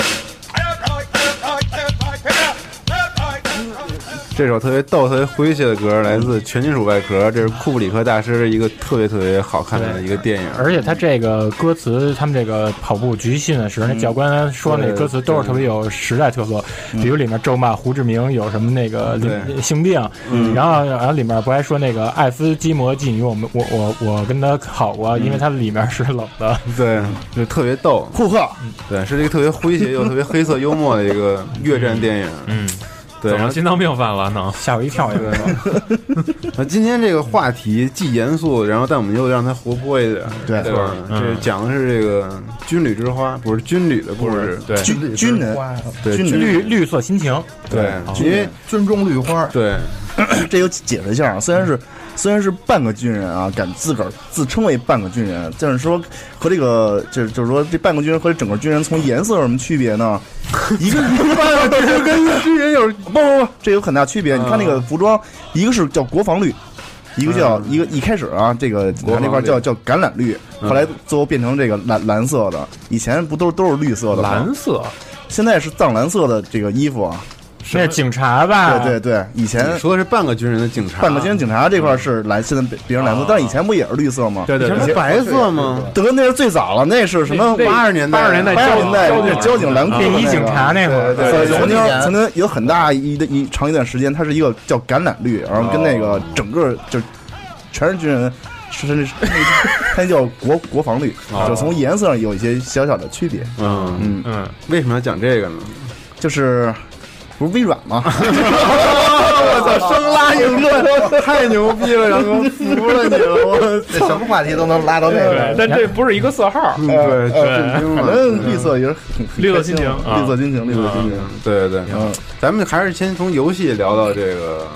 right, left, right, left, right, pick up. Left, right, left, right.
这首特别逗、特别诙谐的歌来自《全金属外壳》，这是库布里克大师的一个特别特别好看的一个电影。
而且他这个歌词，他们这个跑步集训的时候，那教官说那歌词都是特别有时代特色，比如里面咒骂胡志明有什么那个
对
性病，然后然后里面不还说那个艾斯基摩妓女，我们我我我跟他好过，因为他里面是冷的，
对，就特别逗。
库克，
对，是一个特别诙谐又特别黑色幽默的一个越战电影。
嗯，怎
对，然
么
后
心脏病犯了 呢？
吓我一跳。
对，啊，今天这个话题既严肃，然后但我们又让它活泼一点，
对
对吧？
嗯
这讲的是这个军旅之花，不是军旅的故事，
对，
军军人，
对
军 人，
绿绿色心情，
对，因为
军中绿花，
对
这有解释一下啊。虽然是虽然是半个军人啊，敢自个儿自称为半个军人，但是说和这个就是就是说这半个军人和整个军人从颜色有什么区别呢？一个半个军人跟军人有不不不，这有很大区别。你看那
嗯
个服装，一个是叫国防绿。一个叫一个一开始啊，这个警察那块
国
儿
防
叫
绿嗯
叫橄榄绿，后来最后变成这个蓝蓝色的，以前不都都是绿色的吗？
蓝色，
现在是藏蓝色的这个衣服啊，
那是警察
啊
吧？
对对对，以前
你说的是半个军人的警察，
哎半个军人警察这块儿是蓝，现在变变成蓝色，但是以前不也是绿色吗？
对对
不
对，
是白色吗？
德那是最早了，那是什么
那
八十年代，哎
八十年代
八十年代
交
那
交
交警
啊
蓝裤
便衣
那个
警察那会儿，
对对，曾经
九几年
曾经有很大一的一长一段时间，它是一个叫橄榄绿，然后跟那个整个就全是军人，是甚至是它叫国国防绿，就从颜色上有一些小小的区别。
嗯，
嗯，
嗯，
为什么要讲这个呢？
就是不是微软吗？
我操，生拉硬 论，太牛逼了，杨哥，服了你了，我
这什么话题都能拉到这
对，
个。
但这不是一个色号，
嗯呃
对，震惊
反
了。
正绿色也是挺
绿色心情啊
绿色心情，绿色心情。
对对，
嗯，
咱们还是先从游戏聊到这个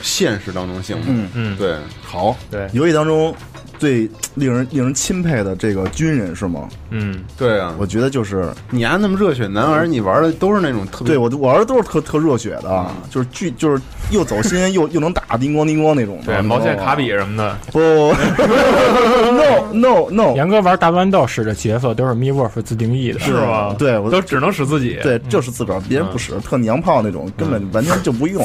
现实当中行吗？
嗯
嗯
对，好，
游戏当中最令人令人钦佩的这个军人是吗？
嗯，
对啊，
我觉得就是
你丫那么热血男儿，你玩的都是那种特别
对我我玩的都是特特热血的啊，就是巨就是又走心又又能打叮咣叮咣那种的。
对，
你知道吗
毛线卡比什么的，
不 ，no no no，
杨哥玩大乱斗使的角色都是 Mi Wolf 自定义的，
是吗？对我
都只能使自己，
对就是自个儿，别人不使，特娘炮那种，根本完全就不用，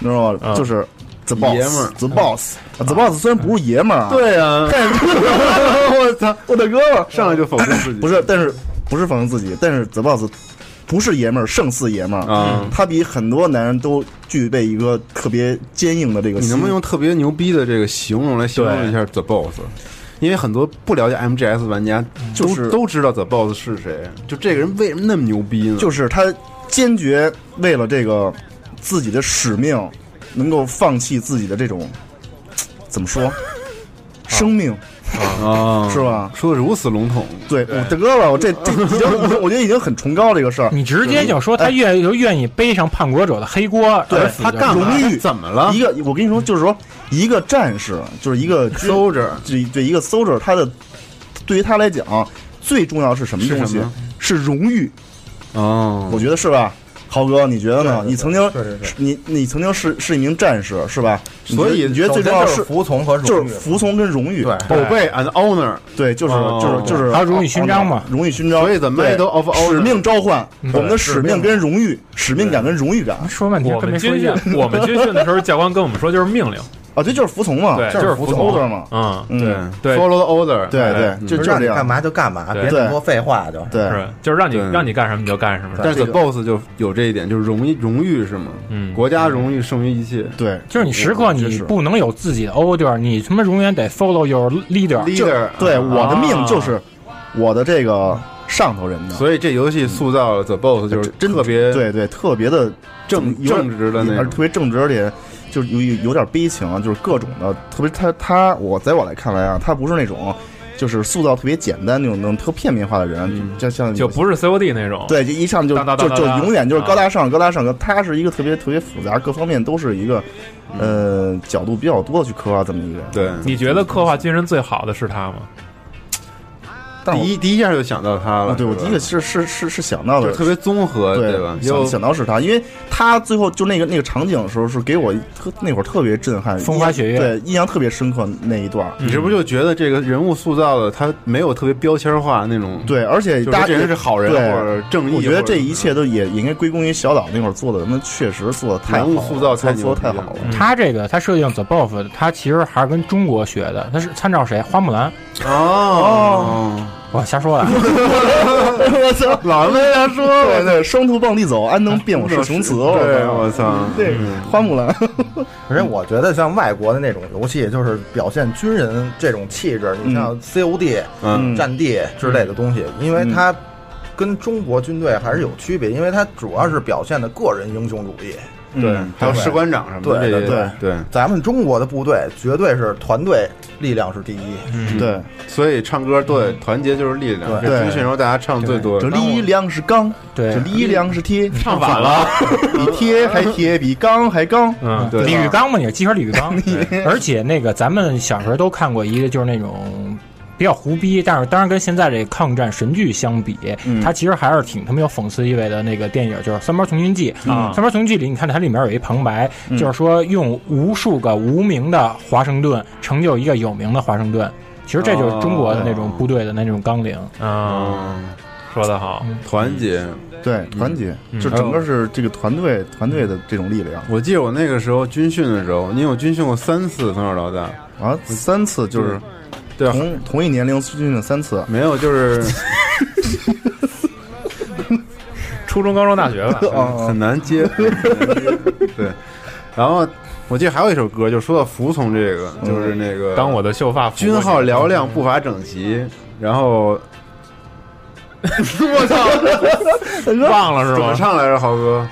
你知道吗？
嗯
就是 the
爷们儿
boss，the boss，the boss 虽然不是爷们儿啊，
对啊，
但 是我操，我的哥们儿
上来就否定自己，
不是，但是不是反映自己，但是 The Boss 不是爷们儿，胜似爷们儿嗯
啊
他比很多男人都具备一个特别坚硬的这个
你
心。
能不能用特别牛逼的这个形容来形容一下 The Boss？因为很多不了解 MGS 玩家都、
就是
都知道 The Boss 是谁，就这个人为什么那么牛逼呢？
就是他坚决为了这个自己的使命，能够放弃自己的这种怎么 说？生命
啊，
是吧？
说的如此笼统，
对，我的哥了，我这这已经已经，我觉得已经很崇高这个事儿。
你直接就说他愿就愿意背上叛国者的黑锅，而死
他
就
干嘛
荣誉
怎么了
一？个，我跟你说，就是说，一个战士，就是一个军
收着
这对一个 soldier，他的对于他来讲，最重要是什么东
是什
西
么？
是荣誉，
哦
我觉得是吧？豪哥，你觉得呢？
对对对
你曾经
确实是
你你曾经是是一名战士是吧？
所以
你觉得你觉得最重要
首先就是服从和
就
荣誉
是。服从跟荣誉，
对
宝贝 and honor，
对，就是
哦
就是就是啊
还有荣誉勋章嘛
荣誉勋章。
所以 the medal of
对
honor
使命召唤，我们的使
使
命
命
跟荣誉，使命感跟荣誉感
说半天
我
跟没
们
说
军
一
训
样。，
我们军训的时候，教官跟我们说就是命令，
啊，对，就是服从嘛，
对，
是
是
服
服
从
从
order 嘛，
嗯，
嗯，
对
follow the order，哎嗯
对对，就就是
让
这
你干
样，
嘛就干嘛，
对
别那么多废话就。
对，
是，就是让你
对
让你干什么你就干什么，
但是
这
the
个
boss 就有这一点，就是荣誉荣誉是吗？
嗯
国家荣誉胜于一切。
对，
就是你时刻
我觉得
你
是
不能有自己的 order，你他妈
嗯
啊
永远得 follow your leader。
就
leader，
对，我的
啊
命就是我的这个上头人的。
所以这游戏塑造了 The Boss 就是
嗯真
特别
对对，特别的
正
有点
正直的那种
而特别正直，而且就是有有有点悲情啊，就是各种的，特别他他我在我来看来啊，他不是那种就是塑造特别简单那种那种特片面化的人，
嗯
就像
就不是 COD 那种，
对，就一上就
当当
就
当
就
当当
永远
啊
就是高大上，高大上。他是一个特别特别复杂，各方面都是一个呃角度比较多的去刻画这么一个人。
嗯对
你觉得刻画金人最好的是他吗？
但我
第一第一下就想到他了，
啊，对我
是吧
第一个是是是是想到的，
就特别综合，
对
对吧？
想想到是他，因为他最后就那个那个场景的时候，是给我特那会儿特别震撼，
风花雪月
对，印象特别深刻那一段。
你是不是就觉得这个人物塑造的他没有特别标签化那种？
对，而且
就是
大家
这人是好人
对
或者正义
我觉得
或者
这一切都也也应该归功于小岛那会儿做的，他们确实做的太好
人
了，
物塑造太牛
做得
逼
太
了
好了。
他这个他设定 The Buff，他其实还是跟中国学的，他是参照谁？花木兰。
哦，
我瞎说了。
我操，
老被他说
对对，双兔傍地走，安能辨我是雄雌？
对，我嗯操，
对，花木兰。
而且我觉得像外国的那种游戏，就是表现军人这种气质，你像 COD、
嗯
战地之类的东西，因为它跟中国军队还是有区别，因为它主要是表现的个人英雄主义。
对，还有士官长什么的，
对
这些
对对
对，
咱们中国的部队绝对是团队力量是第一，
嗯
对，
所以唱歌对团结就是力量，
嗯对
这军训时候大家唱最多
这
的。
力量是钢，
对
这力量是铁，
唱反了，
比铁还铁，比钢还钢。
嗯，
对
李玉刚嘛，你是机核李玉刚，而且那个咱们小时候都看过一个，就是那种比较胡逼，但是当然跟现在这抗战神剧相比，它其实还是挺他妈有讽刺意味的那个电影，就是《三毛从军记》
嗯
三毛从军记》里，你看它里面有一旁白，
嗯
就是说用无数个无名的华盛顿成就一个有名的华盛顿。其实这就是中国的那种部队的那种纲领，
嗯，
嗯，
说的好，
团结。
对，团结，
嗯
就整个是这个团队团队的这种力量
我记得我那个时候军训的时候，你有军训过三次，从小到大。
啊。三次就是
对
同同一年龄军训三次，
没有，就是
初中、高中、大 学吧，
哦
很很难 接。很难接对，然后我记得还有一首歌，就说到服从这个，
嗯
就是那个
当我的秀发拂过
军
你
号嘹亮，步伐整
嗯
齐，然 后我操，
忘了是
怎么
吗？
唱来着，豪
哦
哥？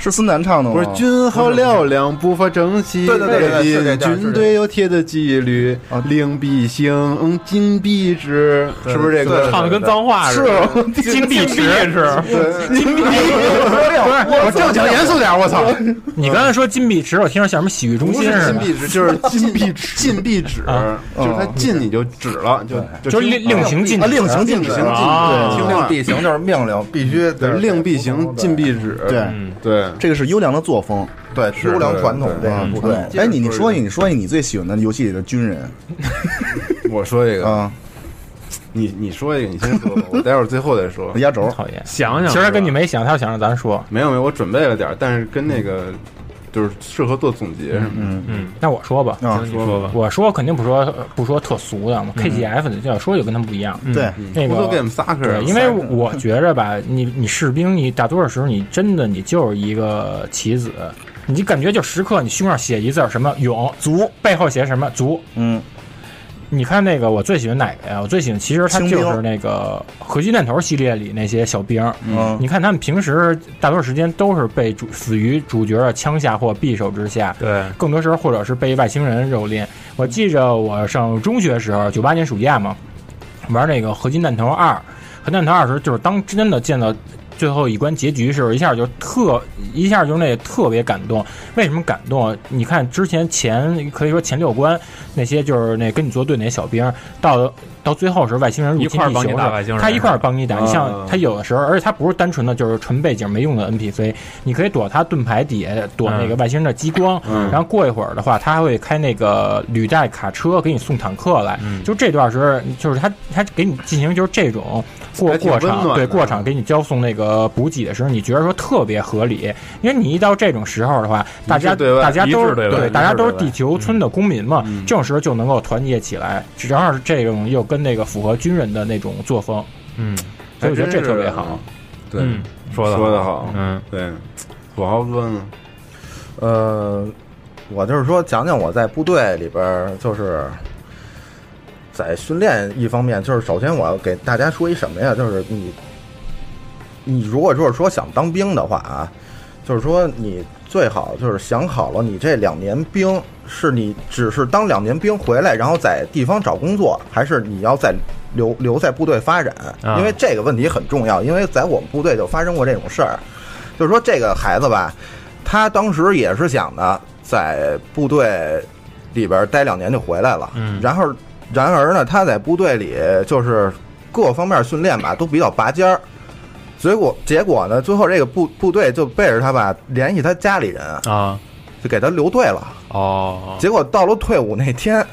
是孙楠唱的吗？
不是军号嘹亮，步伐整齐，
对对对对是这
北京
样是这样哦
军队有铁的纪律，令必行，金必止，是不是这个？
唱的跟脏话似
啊
的，金币池是，
我哦正经严肃点，我 操！
你刚才说金币池，我听着像什么洗浴中
不
心
是
似
禁
的，
闭纸，就是禁闭纸，禁闭纸，就是它禁你就止了，就
啊就是
禁
令令行禁
啊，
止
令行禁
禁
止
止，
啊
禁止，听
令
话，
必行就是命令，必须
对，令必行，禁闭纸，
对
嗯，
对，
这个是优良的作风。
对嗯优良传统这个部队。
哎，你你说一，你说一，你最喜欢的游戏里的军人
我说一个，
啊？
你你说一个，你先说吧，我待会儿最后再
哎
说。
压轴，
讨厌。
想想，
其实他跟你没想，他想让咱说。
没有没有，我准备了点儿，但是跟那个就是适合做总结什
嗯
么的。
那我说吧，
啊
行，你说吧，
我说肯定不说不说特俗的嘛，KGF 要说就跟他们不一样。嗯
对，
那个
Video game soccer，啊
对，因为 我觉着吧，你你士兵，你打多少时候，你真的你就是一个棋子，你就感觉就时刻你胸上写一字儿什么勇足，背后写什么足。
嗯，
你看那个我最喜欢哪个呀？我最喜欢其实他就是那个合金弹头系列里那些小兵儿。
嗯
你看他们平时大多数时间都是被主死于主角的枪下或匕首之下。
对，
更多时候或者是被外星人蹂躏。我记着我上中学时候，九八年暑假嘛，玩那个《合金弹头二》，《合金弹头二》时候就是当真的见到最后一关结局时候，一下就特一下就那特别感动。为什么感动？你看之前前可以说前六关那些就是那跟你作对那些小兵，到到最后时候外星人入
一
侵
块儿
地球
帮你打外星人
了，他一块儿帮你打。你像
啊
他有的时候，而且他不是单纯的就是纯背景没用的 NPC，你可以躲他盾牌底下，躲那个外星人的激光，
嗯
然后过一会儿的话，他还会开那个履带卡车给你送坦克来。
嗯
就这段时候，就是他他给你进行就是这种过
还挺
过
温
场
暖
对
的
过场给你交送那个补给的时候，你觉得说特别合理，因为你一到这种时候的话，大家
致对外
大家都
一
是
致对外一致
大家都是
对外
地球村的公民嘛，
嗯
这种时候就能够团结起来，正好是这种又跟那个符合军人的那种作风，
嗯
所以我觉得这
还真是
特别
的
好。。
对，
嗯，说的
说的好，
嗯，
对，土豪哥呢？
呃，我就是说讲讲我在部队里边儿就是在训练一方面，就是首先我要给大家说一什么呀？就是你，你如果就是说想当兵的话啊，就是说你最好就是想好了，你这两年兵是你只是当两年兵回来，然后在地方找工作，还是你要在留留在部队发展？
啊
因为这个问题很重要，因为在我们部队就发生过这种事儿，就是说这个孩子吧，他当时也是想的在部队里边待两年就回来了，
嗯
然后然而呢，他在部队里就是各方面训练吧都比较拔尖儿。结果结果呢，最后这个部部队就背着他吧，联系他家里人
啊，
就给他留队了。
哦，
结果到了退伍那天，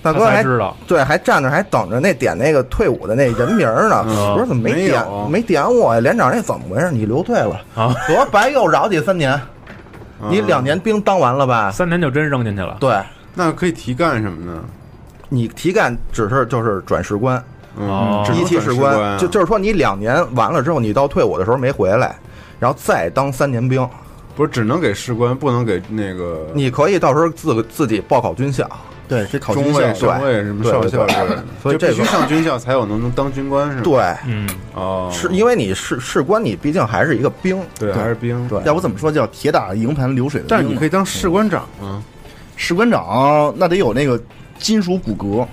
大哥
他才
还
知道
对，还站着还等着那点那个退伍的那人名儿呢。
嗯
我说怎么
没
没点
有
没点我呀？连长，这怎么回事？你留队了
啊？
得白又饶你三年，
嗯
你两年兵当完了吧？
三年就真扔进去了。
对，那可以提干什么呢？你提干只是就是转士官，
哦
嗯只能
一期
转
士
士官啊
官，就就是说你两年完了之后，你到退伍的时候没回来，然后再当三年兵，
不是只能给士官，不能给那个
你可以到时候自自己报考军校，
对，
去
中尉、上尉什么少校之类的，
所
就
以这
必须
个
上军校才有能能当军官是吗？
对，
嗯，
哦，
是因为你士士官，你毕竟还是一个兵，
对还是兵
对，
要不怎么说叫铁打营盘流水的兵呢？
但是你可以
当士官长
嗯
啊，士官长那得有那个金属骨骼，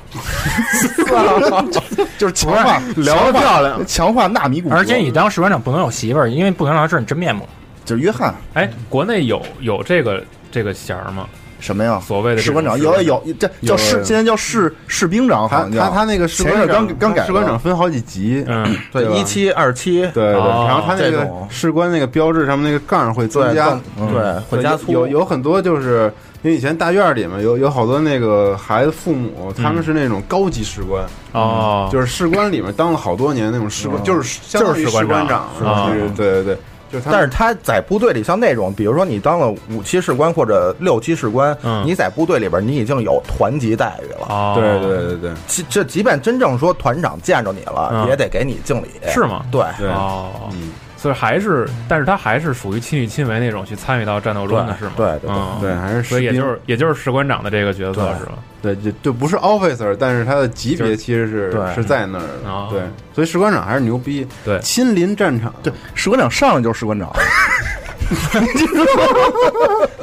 就是强化
不是聊得漂亮
强化纳米骨骼。
而且你当士官长不能有媳妇儿，因为不能让她知道你真面目。
就是约翰，
哎，国内有有这个这个衔儿吗？
什么呀？
所谓的这
士
种
官长
衔
有
儿
有这叫士，现在叫士士兵长，
他
好像叫
他他那个士
前一
官
阵
长
刚刚改
士官
的
长分好几级，
嗯，
对
吧
一期、二期，
对，
对哦
然后他那
这
个
种
士官那个标志上面那个杠会增
对
加
杠，
嗯
对会加粗
有有有很多就是因为以前大院里面有有好多那个孩子父母他
嗯
们是那种高级士官
哦
嗯就是士官里面当了好多年那种士官，就是相当于士官长，就是对对对，就是他们
但是他在部队里，像那种，比如说你当了五七士官或者六七士官，你在部队里边你已经有团级待遇了。
哦
对对对对，
即这即便真正说团长见着你了，
嗯
也得给你敬礼，
是吗？
对，
哦，
嗯
所以还是，但是他还是属于亲力亲为那种去参与到战斗中的
对
是吗？
对对对
嗯
对还是
所以也
士兵
就是也就是士官长的这个角色是吧？
对，就就不是 officer，但是他的级别其实是
对
是在那儿的，对，所以士官长还是牛逼，
对，
亲临战场，
对，士官长上来就是士 官长，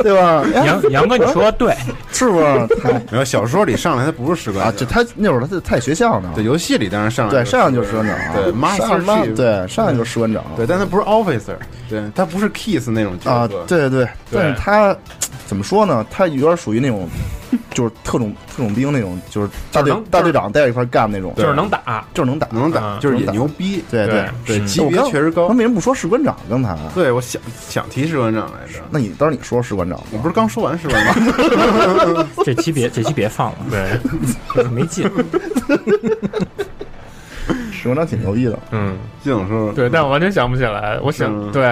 对吧？
杨杨哥你说
的对，是不是？
然后小说里上来他不是士官
啊，这他那会儿他在学校呢，
对，游戏里当然上来
对，
就是
上来就是士官长，
对
上
，master
来
chief
对，上来就是士官长，
对，但他不是 officer，对他不是 kiss 那种角
啊
色，，
对对，但
对
是他怎么说呢？他有点属于那种，就是特种特种兵那种，就是大队大队长带着一块儿干那种，
就是能
打，
就是能打，
能打，就是也牛逼，
对嗯
对
对，
级别确实高
他。为什么不说士官长？刚才
对，我想想提士官长来着，
那你当时你说士官长，
我不是刚说完士 官长，
这期别这期别放了，对，没劲。
哦
史文章挺牛逼的，
嗯，
这种说
对，但我完全想不起来。我想
嗯
对，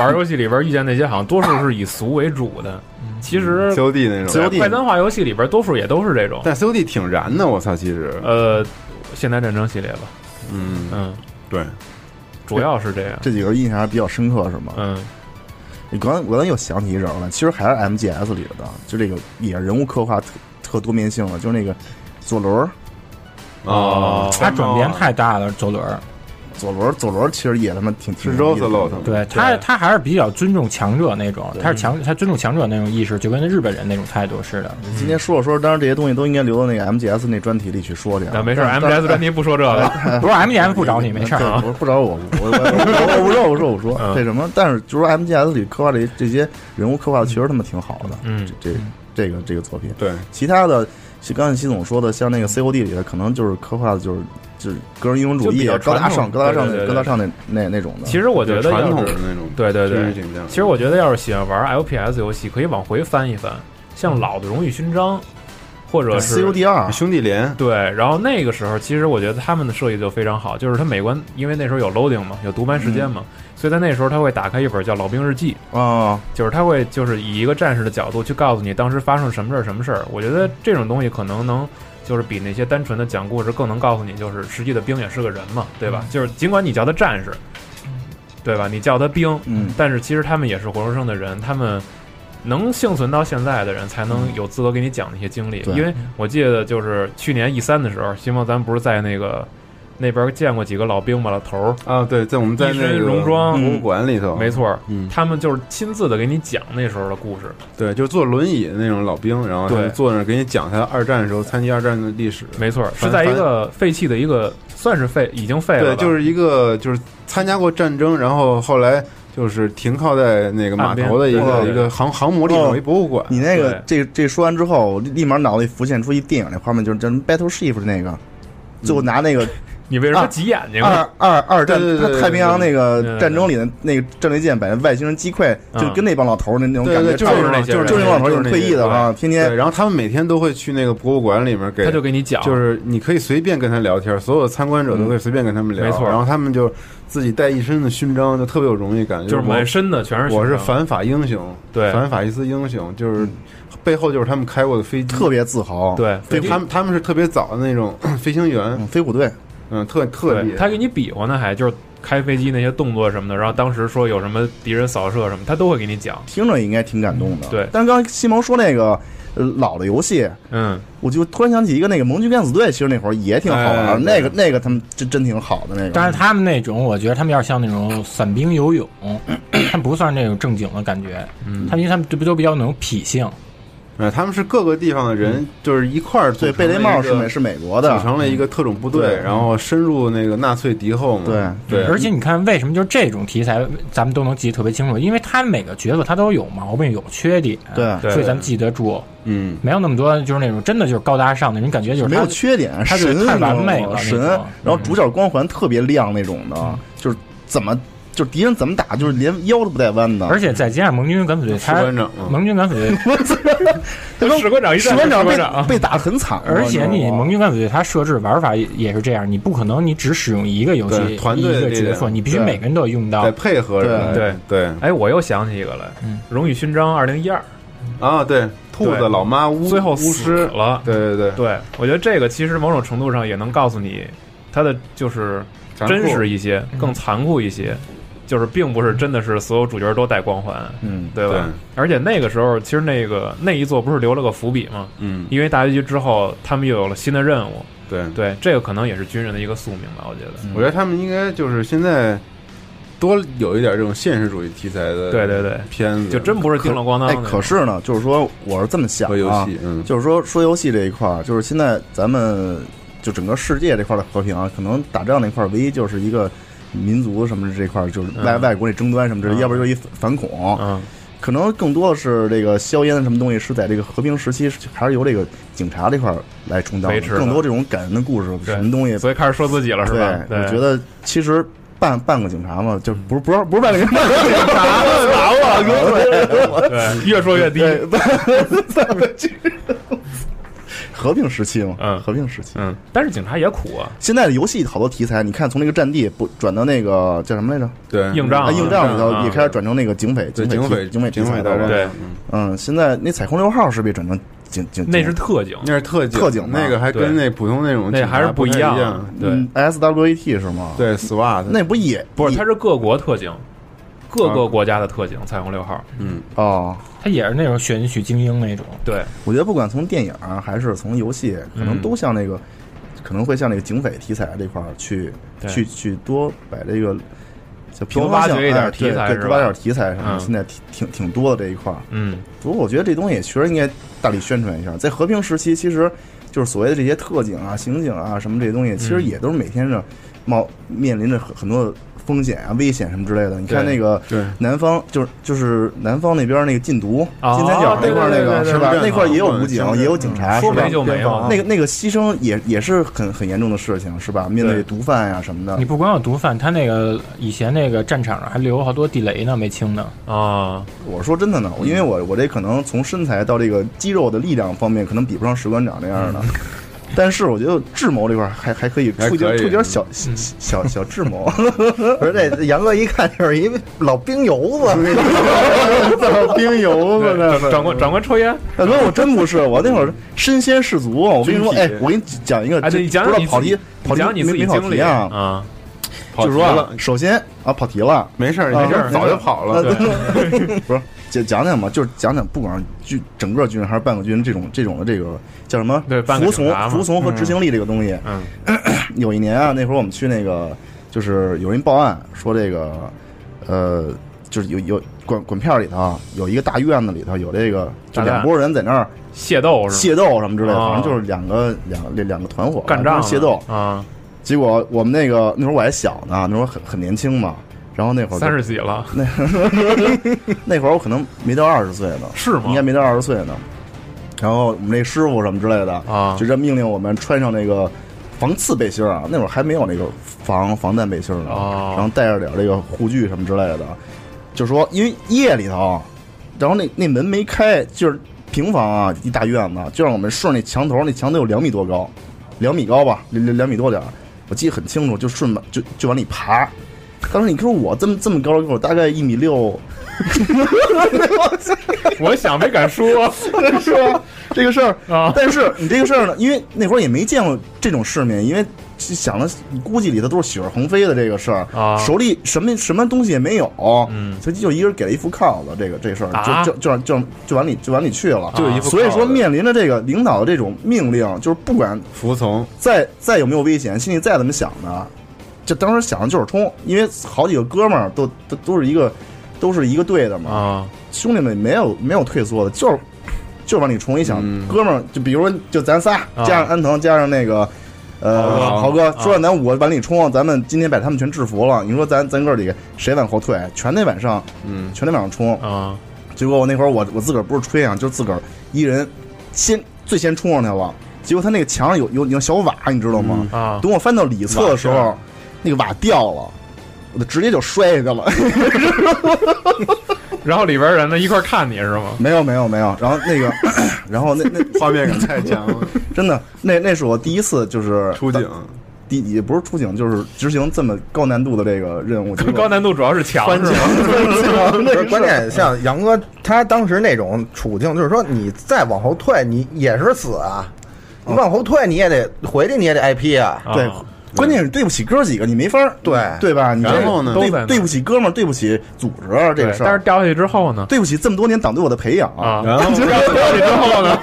玩游戏里边遇见那些好像多数是以俗为主的，其实
COD 那种
对
COD
快餐化游戏里边多数也都是这种。
嗯但 COD 挺燃的，我操，其实
呃，现代战争系列吧，
嗯
嗯，
对，
主要是这样。
这几个印象还比较深刻，是吗？
嗯。
你刚我刚又想起一人来，其实还是 MGS 里的，就这个也人物刻画特特多面性了，就是那个左轮儿
哦
他转变太大了，左轮儿。
左轮儿左轮儿其实也他妈挺挺
嗯
牛逼的
对他他还是比较尊重强者那种，他是强他尊重强者那种意识，就跟日本人那种态度似的。
今天说了说，当然这些东西都应该留到那个 MGS 那专题里去说去啊。
啊没事
但是
MGS 专题不说这个
哎
不是 MGS 不找你没事儿
嗯
啊
对不不找我，我我我我不说我说我说这什么？但是就是说 MGS 里刻画这这些人物刻画的确实他妈挺好的，
嗯，
这这个这个作品，
对，
其他的。像刚才西总说的，像那个 COD 里的，可能就是刻画的就是就是个人英雄主义
就比较、
高大
传统
上、高大上、
对对对
高大上那那那种的。
其实我觉得要是对对对，其实我觉得要是喜欢玩 FPS 游戏，可以往回翻一翻，像老的《荣誉勋章》，或者是
COD 二
啊兄弟连，
对。然后那个时候，其实我觉得他们的设计就非常好，就是他每关，因为那时候有 loading 嘛，有读盘时间嘛，所以在那时候他会打开一本叫《老兵日记》
啊，
就是他会就是以一个战士的角度去告诉你当时发生什么事儿什么事儿。我觉得这种东西可能能。就是比那些单纯的讲故事更能告诉你，就是实际的兵也是个人嘛，对吧？就是尽管你叫他战士，对吧？你叫他兵，
嗯，
但是其实他们也是活生生的人，他们能幸存到现在的人，才
嗯
能有资格给你讲那些经历。
对
因为我记得就是去年 E 三的时候，希望咱们不是在那个那边见过几个老兵吗？老头儿
啊，对，在我们在
一
那
身
个
戎装嗯
博物馆里头，
没错，
嗯，
他们就是亲自的给你讲那时候的故事。
对，就是坐轮椅的那种老兵，然后他
对
就坐那儿给你讲他二战的时候参加二战的历史，
没错，是
反
在一
反
个废弃的一个，算是废，已经废了
对，
吧。
就是一个就是参加过战争，然后后来就是停靠在那个码头的一
哦
个一个航航母里
哦
头一博物馆。
你那个这这说完之后，我立立马脑袋浮现出一电影那画面，就是叫什么 Battle Ship 的那个，就拿那个。
你为什么挤眼睛啊
二二二战
对对对对
太平洋那
呃
对对
个
对
战争里的那个战列舰把外星人击溃，
嗯
就跟那帮老头儿那那种
对
感
对，
觉
就
差不多，
那
就是
就
就是
那
是那老头儿退役的啊，天天
对，然后他们每天都会去那个博物馆里面给，
他就给你讲
就是你可以随便跟他聊天，所有参观者都可以随便跟他们聊，
没错
然后他们就自己带一身的勋章，就特别有荣誉感，
就是
我
满身的全是勋章
我是反法英雄，
对
反法西斯英雄，就是
嗯
背后就是他们开过的飞机，特
别自豪
对
对
飞机
他们他们是特别早的那种 飞行员，
飞虎队，
嗯，特特
对
别，
他给你比划呢，还就是开飞机那些动作什么的，然后当时说有什么敌人扫射什么，他都会给你讲。
听着应该挺感动的。
对
但刚才西蒙说那个呃老的游戏，
嗯，
我就突然想起一个那个盟军敢死队，其实那会儿也挺好玩
哎
儿，那个那个他们真真挺好的那个。
但是他们那种，我觉得他们要是像那种散兵游 泳，他们不算那种正经的感觉，
嗯
他们因为他们这不都比较那种痞性，
呃，他们是各个地方的人，
嗯
就是一块儿组成了一个。
对贝雷帽是美是
美国的嗯
组成了一个特种部队，
对
然后深入那个纳粹敌后嘛。对，
而且你看，为什么就这种题材咱们都能记得特别清楚？因为他每个角色他都有毛病，有缺点，
对对
所以咱们记得住。
嗯，
没有那么多就是那种真的就是高大上的，人感觉就是
没
他
有缺点，
他就是
神
太
你知道
完美
吗
了，
神。然后主角光环特别亮那种的，就是怎么就是敌人怎么打，就是连腰都不带弯的。
而且再加上盟军敢死队，他
士官
嗯
长
盟军敢死队，
士官长
士官长
啊
被被打得很惨，
而且你盟军敢死队它设置玩法也也是这样，你不可能你只使用一个游戏
对团队
一个
力
角
量
色，你必须
对
每个人都有用到，
对对
对。
哎，我又想起一个来，荣誉勋章二零一二。
啊，对，兔子
对
老妈巫
最后
巫
死
师
了，
对对对
对，我觉得这个其实某种程度上也能告诉你，它的就是
残酷
真实一些，更残酷一些，就是并不是真的是所有主角都带光环，
嗯
对吧？而且那个时候，其实那个那一座不是留了个伏笔吗？
嗯
因为大结局之后，他们又有了新的任务，
对
对，这个可能也是军人的一个宿命吧，我觉得。
我觉得他们应该就是现在多有一点这种现实主义题材的，
对对对
片子
就真不是叮了咣当
哎
那种，
可是呢，就是说我是这么想
和游
啊
戏，嗯
就是说说游戏这一块儿，就是现在咱们就整个世界这块儿的和平啊，可能打仗那块儿唯一就是一个民族什么这块儿，就是外
嗯
外国这争端什么之类，
嗯
要不然就是一反恐，可能更多的是这个硝烟的什么东西是在这个和平时期，还是由这个警察这块儿来充当的
维，持的
更多这种感人的故事，什么东西，
所以开始说自己了是吧？
对，
对，嗯
我觉得其实半半个警察嘛，就不是不是不是半个 警察，
打我
哥
对，越说越低。
和平时期嘛，嗯，和平时期，
嗯，但是警察也苦啊。
现在的游戏好多题材，你看从那个战地不转到那个叫什么来着？
对
硬仗啊
啊硬仗里
硬仗
头
啊
也开始转成那个警匪，
对
警匪
警
题警
匪
匪
警匪
题材
大
了
战对，
嗯，现在那彩虹六号是被转成警警，
那是特警，
那是特警，
特警吧
那个还跟那普通那种
那还是
不
一
太
样
样
啊，对。
嗯，SWAT 是吗？
对，SWAT
那不啊也
不是，它是各国特警，各个国家的特警，彩虹六号。
嗯，
哦，
他也是那种选取精英那种，
对，
我觉得不管从电影儿还是从游戏，可能
嗯
都向那个，可能会向那个警匪题材这块儿去
对
去去多把这个就平
多
衡
挖
性
掘一点
哎对
题材
对
是
多挖
吧
点题材什么
嗯
的，现在挺挺挺多的这一块儿。
嗯，
不过我觉得这东西也确实应该大力宣传一下，在和平时期，其实就是所谓的这些特警啊、刑警啊什么这些东西，其实
嗯
也都是每天着冒面临着很很多的风险啊、危险什么之类的。你看
对
那个
对
南方，就是就是南方那边那个禁毒、
啊
金三角
对
那块儿
对
那个
对对
是吧
对？对
那块儿也有武
对对
警，
对嗯
也有警察，
说
是吧
没就没了
那个那个牺牲也也是很很严重的事情，是吧？面对毒贩呀、什么的，
你不光有毒贩，他那个以前那个战场上还留好多地雷呢，没清呢。
啊，
我说真的呢，
嗯
因为我我这可能从身材到这个肌肉的力量方面，可能比不上石馆长那样
嗯
的。 但是我觉得智谋这块儿还还可以，
还
出一点
可以
出一点小
嗯
小小小智谋。
不是这杨哥一看就是一老兵油 子，
老兵油子呢
对长官长官抽烟，
大哥，我真不是，我那会儿身先士卒。我跟你说，
军
哎
体，
我给你讲一个，
哎
这
对你讲
不知
你
道
自
跑
己
题，
你
跑题
讲你
没
自己
没跑
经
题
历
啊
啊。
就
跑
是
题
说
了，
首先啊，跑题了，
没事
啊儿没事儿早就跑了
啊 不是，讲讲讲吧，就是讲讲，不管是军整个军人还是半个军人这种这种的这个叫什么
对半个
服
警察嘛
从服从和执行力这个东西。
嗯，
有一年啊，那会儿我们去那个，就是有人报案说这个，呃，就是有有管管片儿里头啊有一个大院子里头有这个，就
炸弹
两拨人在那儿
械斗是吗
械斗什么之类的，
啊
反正就是两个两两两个团伙吧
干仗
就是械斗。
啊，
结果我们那个那会儿我还小呢，那会儿很很年轻嘛，然后那会儿就
三十几了，
那那会儿我可能没到二十岁呢，
是吗
应该没到二十岁呢。然后我们那师傅什么之类的
啊
就这命令我们穿上那个防刺背心儿啊，那会儿还没有那个防防弹背心儿呢，
哦
然后带着点这个护具什么之类的，就说因为夜里头，然后那那门没开，就是平房啊，一大院子，就让我们顺那墙头，那墙得有两米多高，两米高吧，两两两米多点儿，我记得很清楚，就顺吧就就往里爬。当时你说我这么这么高的个儿，我大概一米六，
我想没敢 说，
是吧？这个事儿
啊
但是你这个事儿呢，因为那会儿也没见过这种世面，因为想的估计里头都是血肉横飞的这个事儿，
啊
手里什么什么东西也没有，
嗯
所以就一人给了一副铐子，这个这事
啊
儿就就就就就往里就往里去了，啊
就有一副
所以
铐
说
子
面临着这个领导的这种命令，就是不管
服从，
再再有没有危险，心里再怎么想呢，就当时想的就是冲，因为好几个哥们儿都都都是一个都是一个队的嘛，
啊，
兄弟们没有没有退缩的，就是就是往里冲。一想，哥们儿，就比如说就咱仨，
嗯啊
加上安藤，加上那个呃
豪啊
豪哥，说让咱五个往里冲，咱们今天把他们全制服了。你说咱咱哥几个谁往后退？全得往上，
嗯，
全得往上冲。
啊
结果我那会儿我我自个儿不是吹啊，就自个儿一人先最先冲上去了。结果他那个墙上有有有小瓦，你知道吗？
啊，
等我翻到里侧的时候，那个瓦掉了，我就直接就摔下去了。
然后里边人呢一块儿看你是 吗？
没有没有没有，然后那个， 然后那那
画面感太强了，
真的，那那是我第一次就是
出 警，
第也不是出警，就是执行这么高难度的这个任务。结果
高难度主要是强是吗？
不是关键像杨哥他当时那种处境，就是说你再往后退，你也是死啊，你往后退你也得回去，你也得挨批啊。
啊
对，关键是对不起哥几个，你没法儿
对
对吧？你这
然后呢
对
都在那
对不起哥们儿，对不起组织啊这个
对，
事
但是
儿，
掉下去之后呢？
对不起这么多年党对我的培养。
啊，
然 后
掉下去之后呢？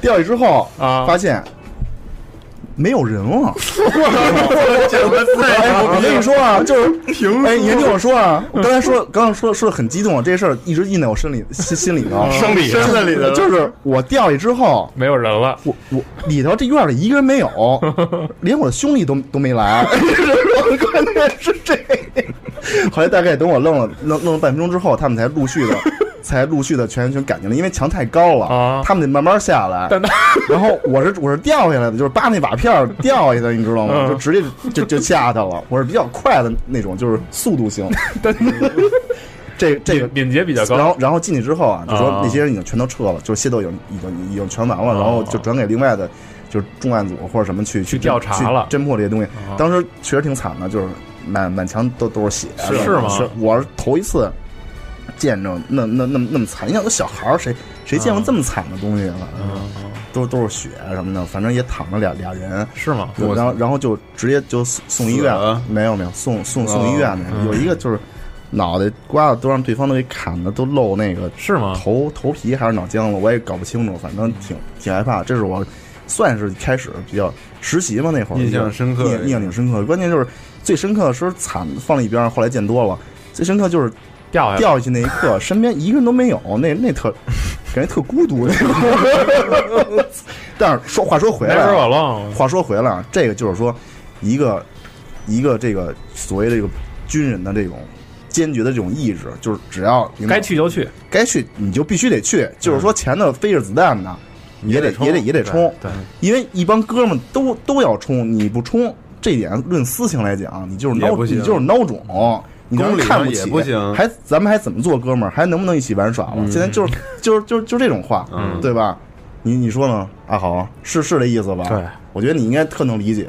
掉下之后
啊
发现没有人了。
讲的
哎，我跟你说啊，就是
平
哎，你还听我说啊，我刚才说，刚刚说说的很激动啊，这事儿一直印在我身里心心里头，
生理
身子里头，就是我掉下之后，
没有人了，
我我里头这院里一个人 没有，连我的兄弟都都没来， 关键是这样。 后来大概等我愣了愣愣了半分钟之后，他们才陆续的才陆续的全全赶进来，因为墙太高了，
啊
他们得慢慢下来。
但他
然后我是我是掉下来的，就是扒那瓦片儿掉下来的，你知道吗？
嗯
就直接就就下去了。我是比较快的那种，就是速度型。 这这个
敏敏捷比较
然
高
后然后进去之后啊，就
啊
说那些人已经全都撤了，就是械斗已经已经已经全完了，
啊
然后就转给另外的就是重案组或者什么去
去调查
去
了
侦破这些东西
啊。
当时确实挺惨的，就是满满墙都都是血，
是吗
我是头一次见着那那那么那么惨，你想都小孩儿谁谁
嗯
见过这么惨的东西啊？都都是血啊什么的，反正也躺着俩俩人，
是吗？
对然后然后就直接就送送医院
死了，哦
没有没有送送送医院的，有一个就是脑袋瓜子都让对方都给砍的都露那个
是吗？
头头皮还是脑浆了，我也搞不清楚，反正挺挺害怕。这是我算是开始比较实习嘛那会儿
印象深刻的
印印象挺深刻的。关键就是最深刻的时候惨放在一边儿，后来见多了。最深刻就是
掉
哎
下去
掉下去那一 刻，身边一个人都没有，那那特感觉特孤独那 种。但是说话说回来啊，
，never alone，
话说回来啊，这个就是说，一个一个这个所谓的这个军人的这种坚决的这种意志，就是只要领导
该去就去，
该去你就必须得去，就是
嗯
说前头飞着子弹呢，也得也得也得冲，
对，对
因为一帮哥们都都要冲，你不冲，这一点论私情来讲，你就是
也
孬
不行
你就是孬种。你让人
公理上
看不
也
起，
不行
还咱们还怎么做哥们儿？还能不能一起玩耍了？现在就是就是就是就这种话，
嗯
对吧？你你说呢？阿豪是是这意思吧？
对，
我觉得你应该特能理解。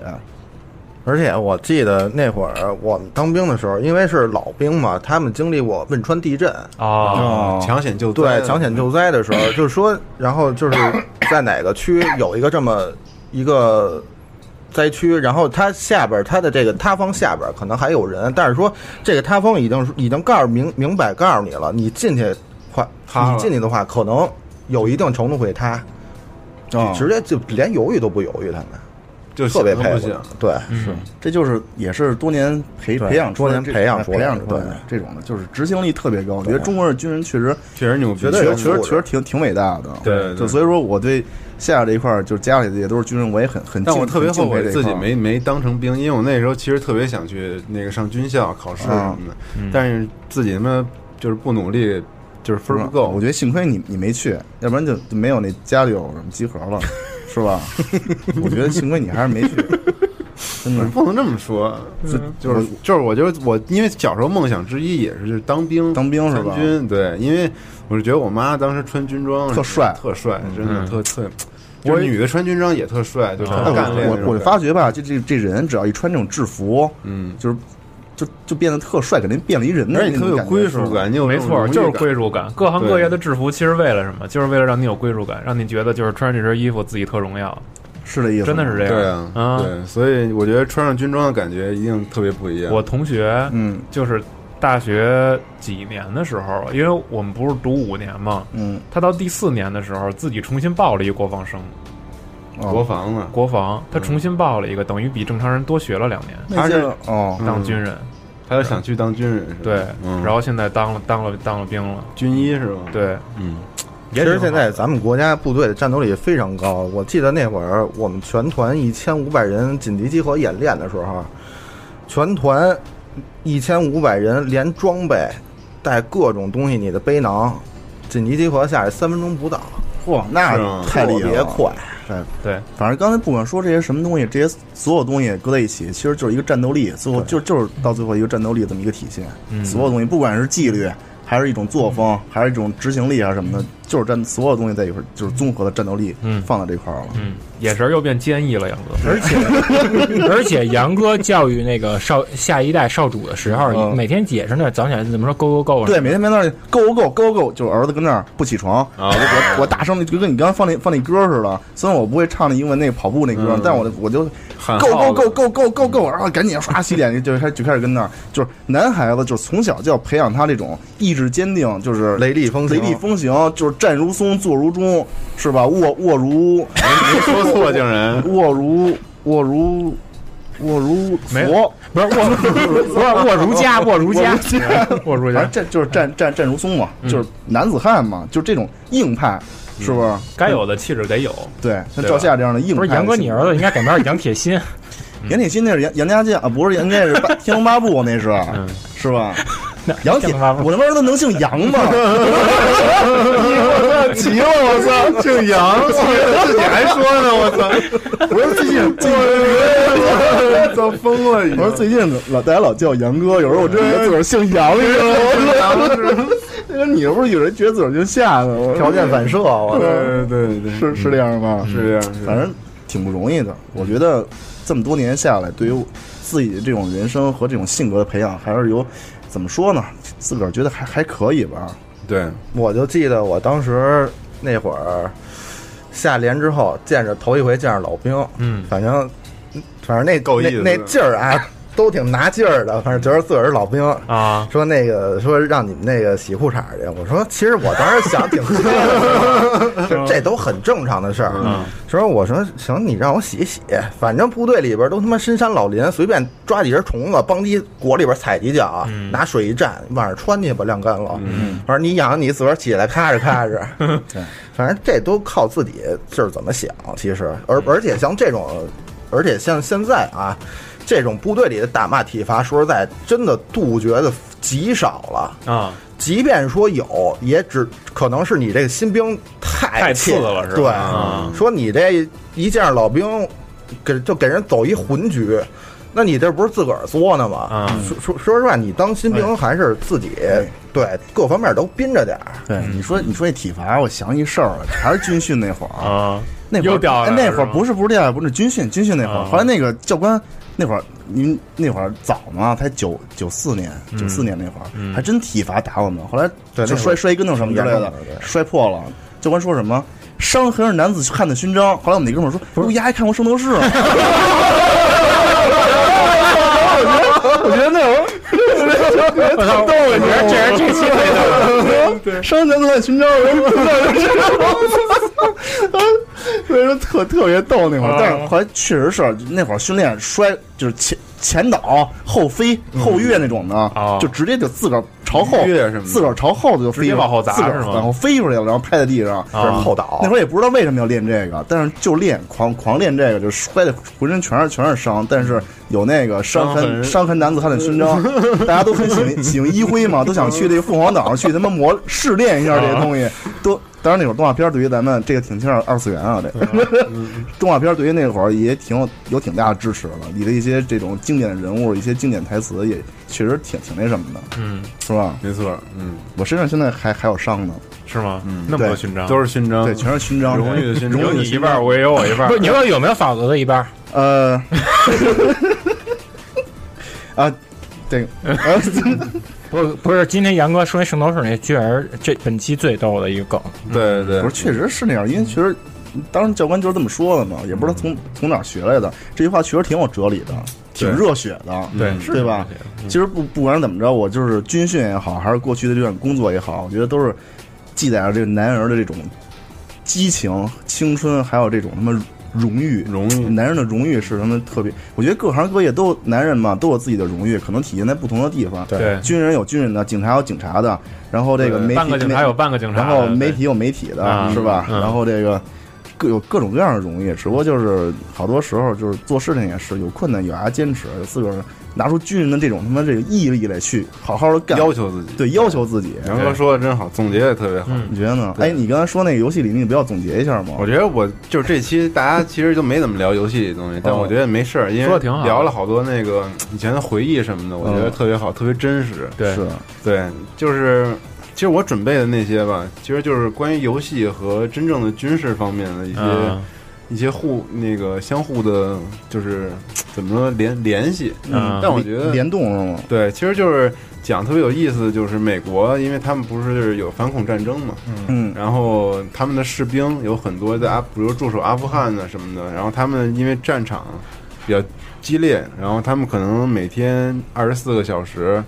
而且我记得那会儿呃我们当兵的时候，因为是老兵嘛，他们经历过汶川地震，
啊，
哦
抢险救灾
对抢险救灾的时候，就是说，然后就是 在哪个区有一个这么一个灾区，然后它下边儿它的这个塌方下边儿可能还有人，但是说这个塌方已经已经告诉明明摆告诉你了，你进去。
快，
塌
你
了
进去的话，可能有一定程度会塌，你直接就连犹豫都不犹豫，他们
就
特别
想都
佩
不
服
想，
对，
是，这就是也是多年培
对
培养出来
多
的
年
这，
培养出来
培
的
养出来
对
的这种的，就是执行力特别高。我觉得中国式军人确实
确实牛逼
确
确
实
实
确实
牛
确实挺挺伟大的。
对对
就所以说我对下这一块儿，就是家里的也都是军人，我也很很
但
敬
我特别
很敬
后
佩
悔
这一
自己
块儿
没没当成兵，因为我那时候其实特别想去那个上军校考试什么的，
嗯
但是自己他妈就是不努力，就是分儿不够。
我觉得幸亏你你没去，要不然就就没有那家里有什么集合了，是吧？ 我觉得幸亏你还是没去，真的
嗯不能这么说，
嗯
就就是就是，我觉得我因为小时候梦想之一也是就是当兵，当兵
是吧
军对，因为我是觉得我妈当时穿军装
特帅
特帅，真的
嗯
特特。
我
就是女的穿军装也特帅，就是
哎
特 干练那
我
种
我
感
我
觉
发觉吧，这这这人只要一穿这种制服，
嗯，
就是就就变得特帅，给人变了一人的
而且
那
你
种
特别
觉，
有归属感，你有
没
那种荣
错，
誉
就是
感
归属感。各行各业的制服其实为了什么？就是为了让你有归属感，让你觉得就是穿上这身衣服自己特荣耀。
是这意思
真的是这样。
对啊，对，啊所以我觉得穿上军装的感觉一定特别不一样。
我同学，嗯，就是大学几年的时候，因为我们不是读五年嘛，
嗯，
他到第四年的时候，自己重新报了一个国防生，
哦国防啊，
国防，他重新报了一个，等于比正常人多学了两年。
他是
哦
嗯
当军人，，
他是想去当军人是吧，
对，
嗯
然后现在当了当了当了兵了，
军医是吧？
对，
嗯，
其实现在咱们国家部队的战斗力非常高，我记得那会儿我们全团一千五百人紧急集合演练的时候，全团一千五百人连装备带各种东西，你的背囊，紧急集合下来三分钟不到，
嚯，那太厉害
特别
了，
快。
对
对，
反正刚才不管说这些什么东西，这些所有东西搁在一起，其实就是一个战斗力，最后就就是到最后一个战斗力这么一个体现。
嗯
所有东西，不管是纪律，还是一种作风，还是一种执行力啊什么的，就是战所有东西在一块儿，就是综合的战斗力
嗯
放到这块儿了。
嗯，眼神又变坚毅了，杨哥。
而且 而且杨哥教育那个少下一代少主的时候，
嗯
每天解释那早起来怎么说 go go go，
对，每天在那儿 go go go go，就是儿子跟那儿不起床，我我我大声地就跟你刚才放那放那歌似的，虽然我不会唱那英文那跑步那歌
嗯，啊
但我我就 go
喊
go
号
go go go go go，然后赶紧刷洗脸就开就开始跟那儿，就是男孩子就是从小就要培养他这种意志坚定，就是
雷厉风行
雷厉风行，就是站如松，坐如钟，是吧？卧卧如，
没说错竟然
卧如卧如。卧如
没
佛，
不是卧，不是卧如家卧如家 嗯
卧如
家，这就是站站站如松嘛，就是男子汉嘛，就是这种硬派，是不是？
该有的气质得有。
对，像
对
赵
吧
夏这样的硬派。
嗯不是杨哥，你儿子应该改名叫杨铁心，
杨铁心那是杨杨家将啊，不是杨家是八天龙八部那是，是吧？杨铁，我他妈儿子能姓杨吗？
急了，我操，姓杨，你还说呢，我操，
我说最近最近
都疯了，
我说最近老大家老叫杨哥，有时候我真觉得自个儿姓杨，你知道吗？ 那个你不是有人觉得自个儿就吓的，我说
条件反射啊我
对对对，
是是这样吧？
是这样是这样
嗯反正挺不容易的。我觉得这么多年下来，对于自己的这种人生和这种性格的培养，还是有怎么说呢？自个儿觉得还还可以吧。
对，
我就记得我当时那会儿下连之后，见着头一回见着老兵，
嗯，
反正反正那
够意思
那那劲儿啊，都挺拿劲儿的，反正觉得自个儿是老兵
啊。
说那个说让你们那个洗裤衩去，我说其实我当时想挺多的，这这都很正常的事儿。啊
嗯
说我说行，你让我洗洗，反正部队里边都他妈深山老林，随便抓几只虫子，邦叽裹里边踩几脚，拿水一蘸，晚上穿去吧，晾干了。
嗯
我说你养你自个儿起来咔哧咔哧，
对，
反正这都靠自己就是怎么想，其实而而且像这种，而且像现在啊，这种部队里的打骂体罚，说实在，真的杜绝的极少了。
啊，
即便说有，也只可能是你这个新兵太
太
怯
次了是吧
对，
啊
说你这一见着老兵，给就给人走一混局，那你这不是自个儿作呢吗？
啊
说说说实话，你当新兵还是自己、对各方面都憋着点儿。
对，你说你说这体罚，我想一事儿，还是军训那会
哦
儿
啊，
那会
又
儿
掉下
哎
来
那
了
会儿
是吗
不是不是掉下来，不是军训军训那会儿，
啊
后来那个教官那会儿，您那会儿早嘛，才九九四年
嗯
九四年那会儿、
嗯
还真体罚打我们，后来
对
就
那会
摔
儿
摔一跟头什么之类
挺严
的
重的，
摔破了。教官说什么？伤痕是男子汉的勋章。后来我们那哥们儿说，不是丫还看过《圣斗士》啊吗？我觉得，我觉得那会儿，
我操！我觉得这人这期
太 逗了，上前乱寻招，人不知道这是什么，所以说特特别逗那
那会儿，但是后来确实是那会儿训练摔就是前前倒后飞后跃那种的，就直接就自个儿朝后
跃什么的
自个儿朝后就
直
飞
接往后砸
自个儿
是吗
往后飞出去了，然后拍在地上，
这是后倒
那会儿也不知道为什么要练这个，但是就练狂狂练这个，就摔的浑身全是全是伤，但是有那个伤
伤痕
痕伤痕男子汉的勋章，大家都很喜欢喜欢一辉嘛，都想去这个凤凰岛上去他妈磨试练一下这些东西，都。当然那会儿动画片对于咱们这个挺像二次元啊，这 动画片对于那会儿也挺有有挺大的支持了，里的一些这种经典的人物，一些经典台词也确实挺挺那什么的，
嗯，
是吧？
没错，嗯，
我身上现在还还有伤呢，
是吗？
嗯，
那么多
对
勋章
都是勋章
对，全是勋章，
荣誉的勋章有
荣誉
你
的
一
勋
半
章
我也有我一半不是你们有没有嫂子的一半？
呃， 啊，呃这个，
不不是，今天杨哥说那圣斗士那，居然是这本期最逗的一个梗。
对对
不是，确实是那样，因为确实当时教官就是这么说的嘛，也不知道从从哪儿学来的，这句话确实挺有哲理的，挺热血的，
对
嗯
是
对吧？其实不不管是怎么着，我就是军训也好，还是过去的这段工作也好，我觉得都是记载着这个男人的这种激情、青春，还有这种什么荣誉。
荣
嗯
誉，
男人的荣誉是什么特别？我觉得各行各业都有男人嘛，都有自己的荣誉，可能体现在不同的地方。
对
军人有军人的，警察有警察的，然后这个
对
媒体
半个警察
媒
有半个警察
然后
的
媒体有媒体的
啊，
是吧？
嗯
然后这个各有各种各样的荣誉，只不过就是好多时候就是做事情也是有困难咬牙坚持，自个儿拿出军人的这种他妈这个毅力来去好好的干，
要求自己。
对要求自己。
杨哥说的真好，总结的特别好。
你觉得呢？哎，你刚才说那个游戏里，你不要总结一下吗？
我觉得我就是这期大家其实就没怎么聊游戏这东西，但我觉得没事儿，因为
哦说得挺好嗯
聊了好多那个以前的回忆什么的，我觉得特别好，特别真实。
对
是
对，就是其实我准备的那些吧，其实就是关于游戏和真正的军事方面的一些、
嗯
一些互那个相互的，就是怎么说联联系。
嗯
但我觉得
联动了吗？
对，其实就是讲特别有意思，就是美国，因为他们不是有反恐战争嘛，
嗯
然后他们的士兵有很多在阿，比如驻守阿富汗啊的什么的，然后他们因为战场比较激烈，然后他们可能每天二十四个小时，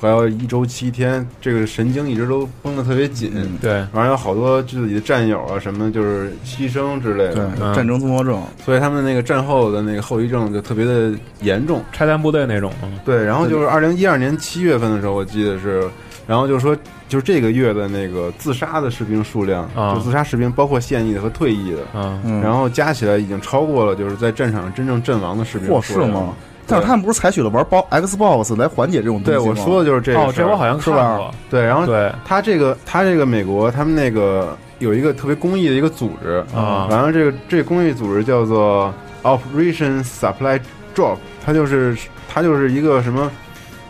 还有一周七天，这个神经一直都绷得特别紧，
嗯
对，
完了有好多自己的战友啊什么就是牺牲之类
对
的，，
嗯
战争综合症，
所以他们那个战后的那个后遗症就特别的严重。
拆弹部队那种吗？
对，然后就是二零一二年七月份的时候，我记得是，然后就说，就是这个月的那个自杀的士兵数量，
啊
就自杀士兵包括现役的和退役的，
嗯
然后加起来已经超过了就是在战场上真正阵亡的士兵
嚯
数
是
量。
吗？但是他们不是采取了玩包 Xbox 来缓解这种东
对，
西
我
吗
说的就是这个事儿。
哦，这我好像看过。
对，然后
对，
他这个他这个美国他们那个有一个特别公益的一个组织
啊
完了这个这个公益组织叫做 Operation Supply Drop，它就是它就是一个什么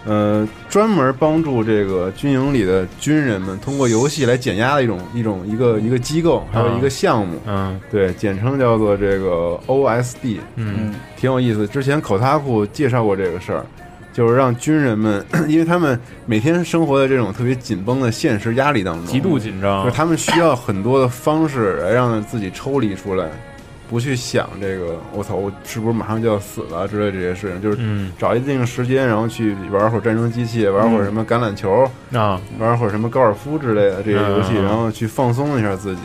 呃专门帮助这个军营里的军人们通过游戏来减压的一种一种一个一个机构，还有一个项目，
嗯
对，简称叫做这个 OSD，
嗯
挺有意思。之前口塔库介绍过这个事儿，就是让军人们， 因为他们每天生活在这种特别紧绷的现实压力当中，
极度紧张
就是他们需要很多的方式来让自己抽离出来，不去想这个我操，我是不是马上就要死了之类的这些事情，就是
嗯
找一定的时间，然后去玩会儿战争机器，玩会儿什么橄榄球，
嗯
啊，
玩会儿什么高尔夫之类的这些游戏，
嗯嗯嗯
然后去放松一下自己。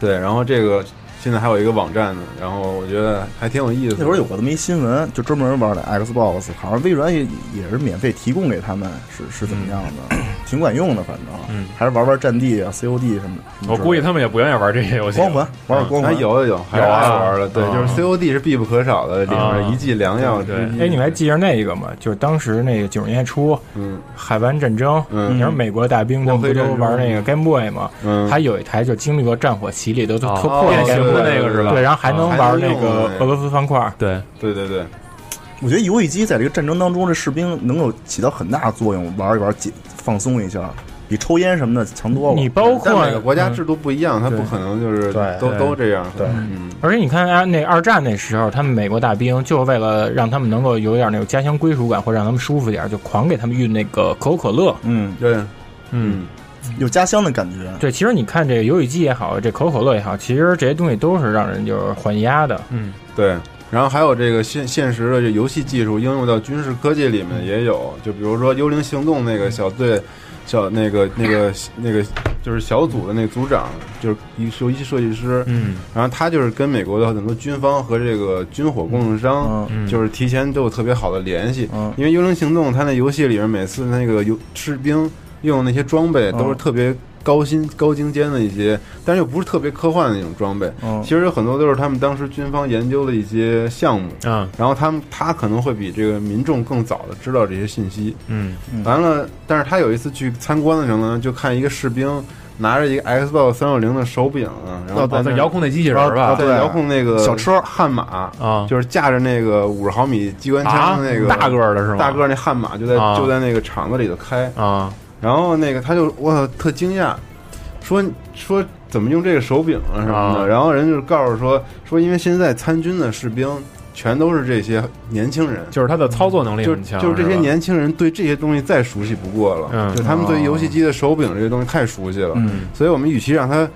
对，然后这个现在还有一个网站呢，然后我觉得还挺有意思。
那会儿有过这么一新闻，就专门玩的 Xbox，好像微软也也是免费提供给他们，是是
嗯
怎么样 的，挺管用的，反正，
嗯
还是玩玩战地啊、COD 什么的。
我估计他们也不愿意玩这些游戏了。
光环玩玩
嗯
光
还
环，
有有有，嗯还
有
是
啊
爱玩的，对，
啊
就是 COD 是必不可少的，里
啊
面一剂良药之
对
一。
哎，你们还记着那个吗？就是当时那个九十年代初
嗯
海湾战争，
嗯
你说美国大兵他们不都玩那个 Game Boy 吗？
嗯，
还有一台就经历过战火洗礼的
啊
哦
特破的
变
Game
形
Boy，
的那个是吧？
对，然后还能玩那
还能
个
用那个
俄罗斯方块。
对，
对对对，
我觉得游戏机在这个战争当中，这士兵能够起到很大的作用，玩一玩，解放松一下，比抽烟什么的强多了。
你包
但
括
每个国
嗯
家制度不一样，它
对
不可能就是
对
都
对
都这样。
对
嗯，
而且你看啊，那二战那时候，他们美国大兵就是为了让他们能够有点那个家乡归属感，或者让他们舒服点，就狂给他们运那个可口可乐。
嗯，
对，
嗯，
有家乡的感觉。
对，其实你看这个游戏机也好，这可口可乐也好，其实这些东西都是让人就是缓压的。
对，然后还有这个现现实的这游戏技术应用到军事科技里面也有，就比如说《幽灵行动》那个小队，小那个那个那个就是小组的那个组长，就是一游戏设计师，
嗯，
然后他就是跟美国的很多军方和这个军火供应商，
嗯
就是提前都有特别好的联系，因为《幽灵行动》它那游戏里面每次那个游士兵用的那些装备都是
嗯
特别高新高精尖的一些，但是又不是特别科幻的那种装备。
嗯
其实有很多都是他们当时军方研究的一些项目，
啊
嗯，
然后他们他可能会比这个民众更早的知道这些信息，
嗯
完了，但是他有一次去参观的时候呢，就看一个士兵拿着一个 Xbox 三六零的手柄，然后
哦在
那
遥控那机器人儿吧
啊对，
对
遥控那个
小车
悍马
啊
就是架着那个五十毫米机关枪的那个
啊大个儿的是吗
大个儿那悍马就在
啊
就在那个厂子里头开
啊，
然后那个他就哇特惊讶，说说怎么用这个手柄啊什么
啊
的，然后人就告诉说说因为现在参军的士兵全都是这些年轻人，
就是他的操作能力
就
很强，
就是这些
吧
年轻人对这些东西再熟悉不过了，
嗯
就他们对游戏机的手柄这些东西太熟悉了，
嗯
所以我们与其让他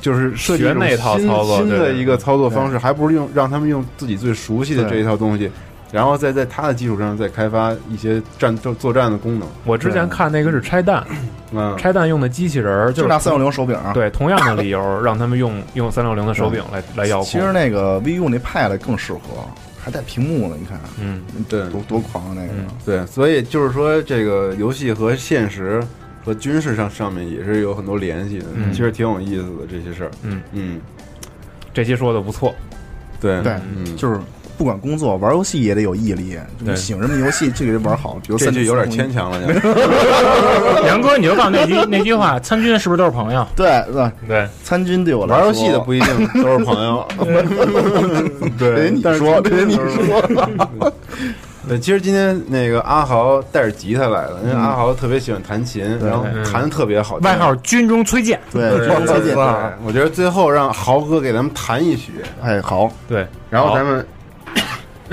就是设计一种
学那套
新
操作
新的
对
一个操作方式，
对
还不如用让他们用自己最熟悉的
对
这一套东西，然后再在他的基础上再开发一些战斗作战的功能。
我之前
对
看那个是拆弹，
嗯
拆弹用的机器人儿
就是拿360手柄啊
对，同样的理由让他们用用三六零的手柄来来遥控。
其实那个 VU 那 Pad 更适合，还带屏幕呢，你看，
嗯，
对，
多多狂啊那个。
对，所以就是说，这个游戏和现实和军事上上面也是有很多联系的，
嗯
其实挺有意思的这些事儿。
嗯
嗯，
这期说的不错，
对
对，
嗯
就是不管工作玩游戏也得有毅力，
对
你醒什么游戏就得玩好，比如
这
三
就有点 牵强了
没有
杨哥，你就告诉那句那句话，参军是不是都是朋友？
对对
对，
参军对我来
玩
说，
游戏的不一 定
都是朋友对
这得你
但是
说，
这
这得你说。
对，其实今天那个阿豪带着吉他来了，因为
嗯
阿豪特别喜欢弹琴，然后
嗯
弹的特别好，
外号军中崔健。
对
对
军中崔健
哇我觉得最后让豪哥给咱们弹一曲，
啊哎，好，
对，
然后咱们，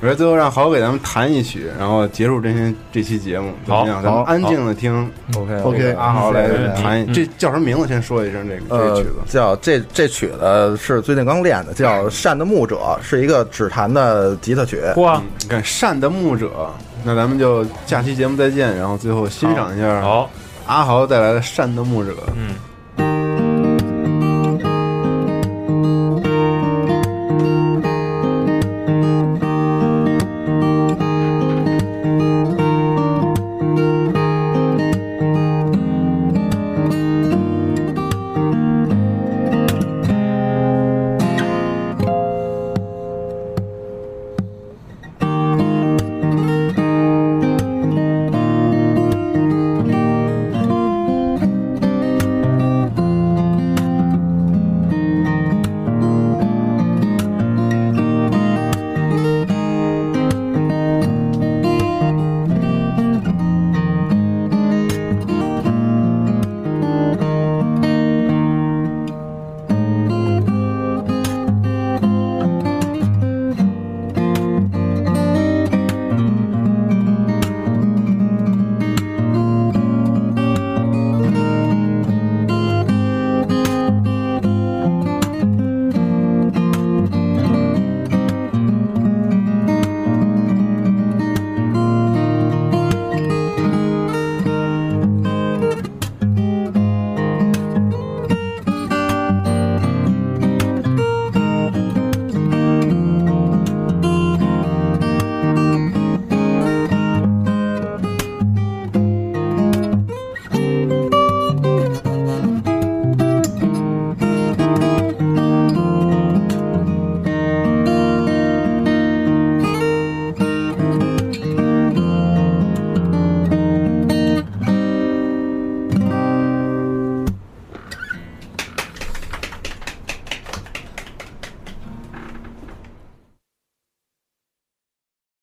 我觉得最后让豪给咱们弹一曲，然后结束这天这期节目，怎么样？
好
咱们
好
安静的听
OK，
阿豪来
没问题
弹一，
嗯
这叫什么名字？先说一声这个这个
呃
曲子，，
叫这这曲子是最近刚练的，叫《善的牧者》，是一个指弹的吉他曲。
哇，
你看善的牧者，那咱们就下期节目再见，然后最后欣赏一下
好
阿豪带来的善的牧者，
嗯。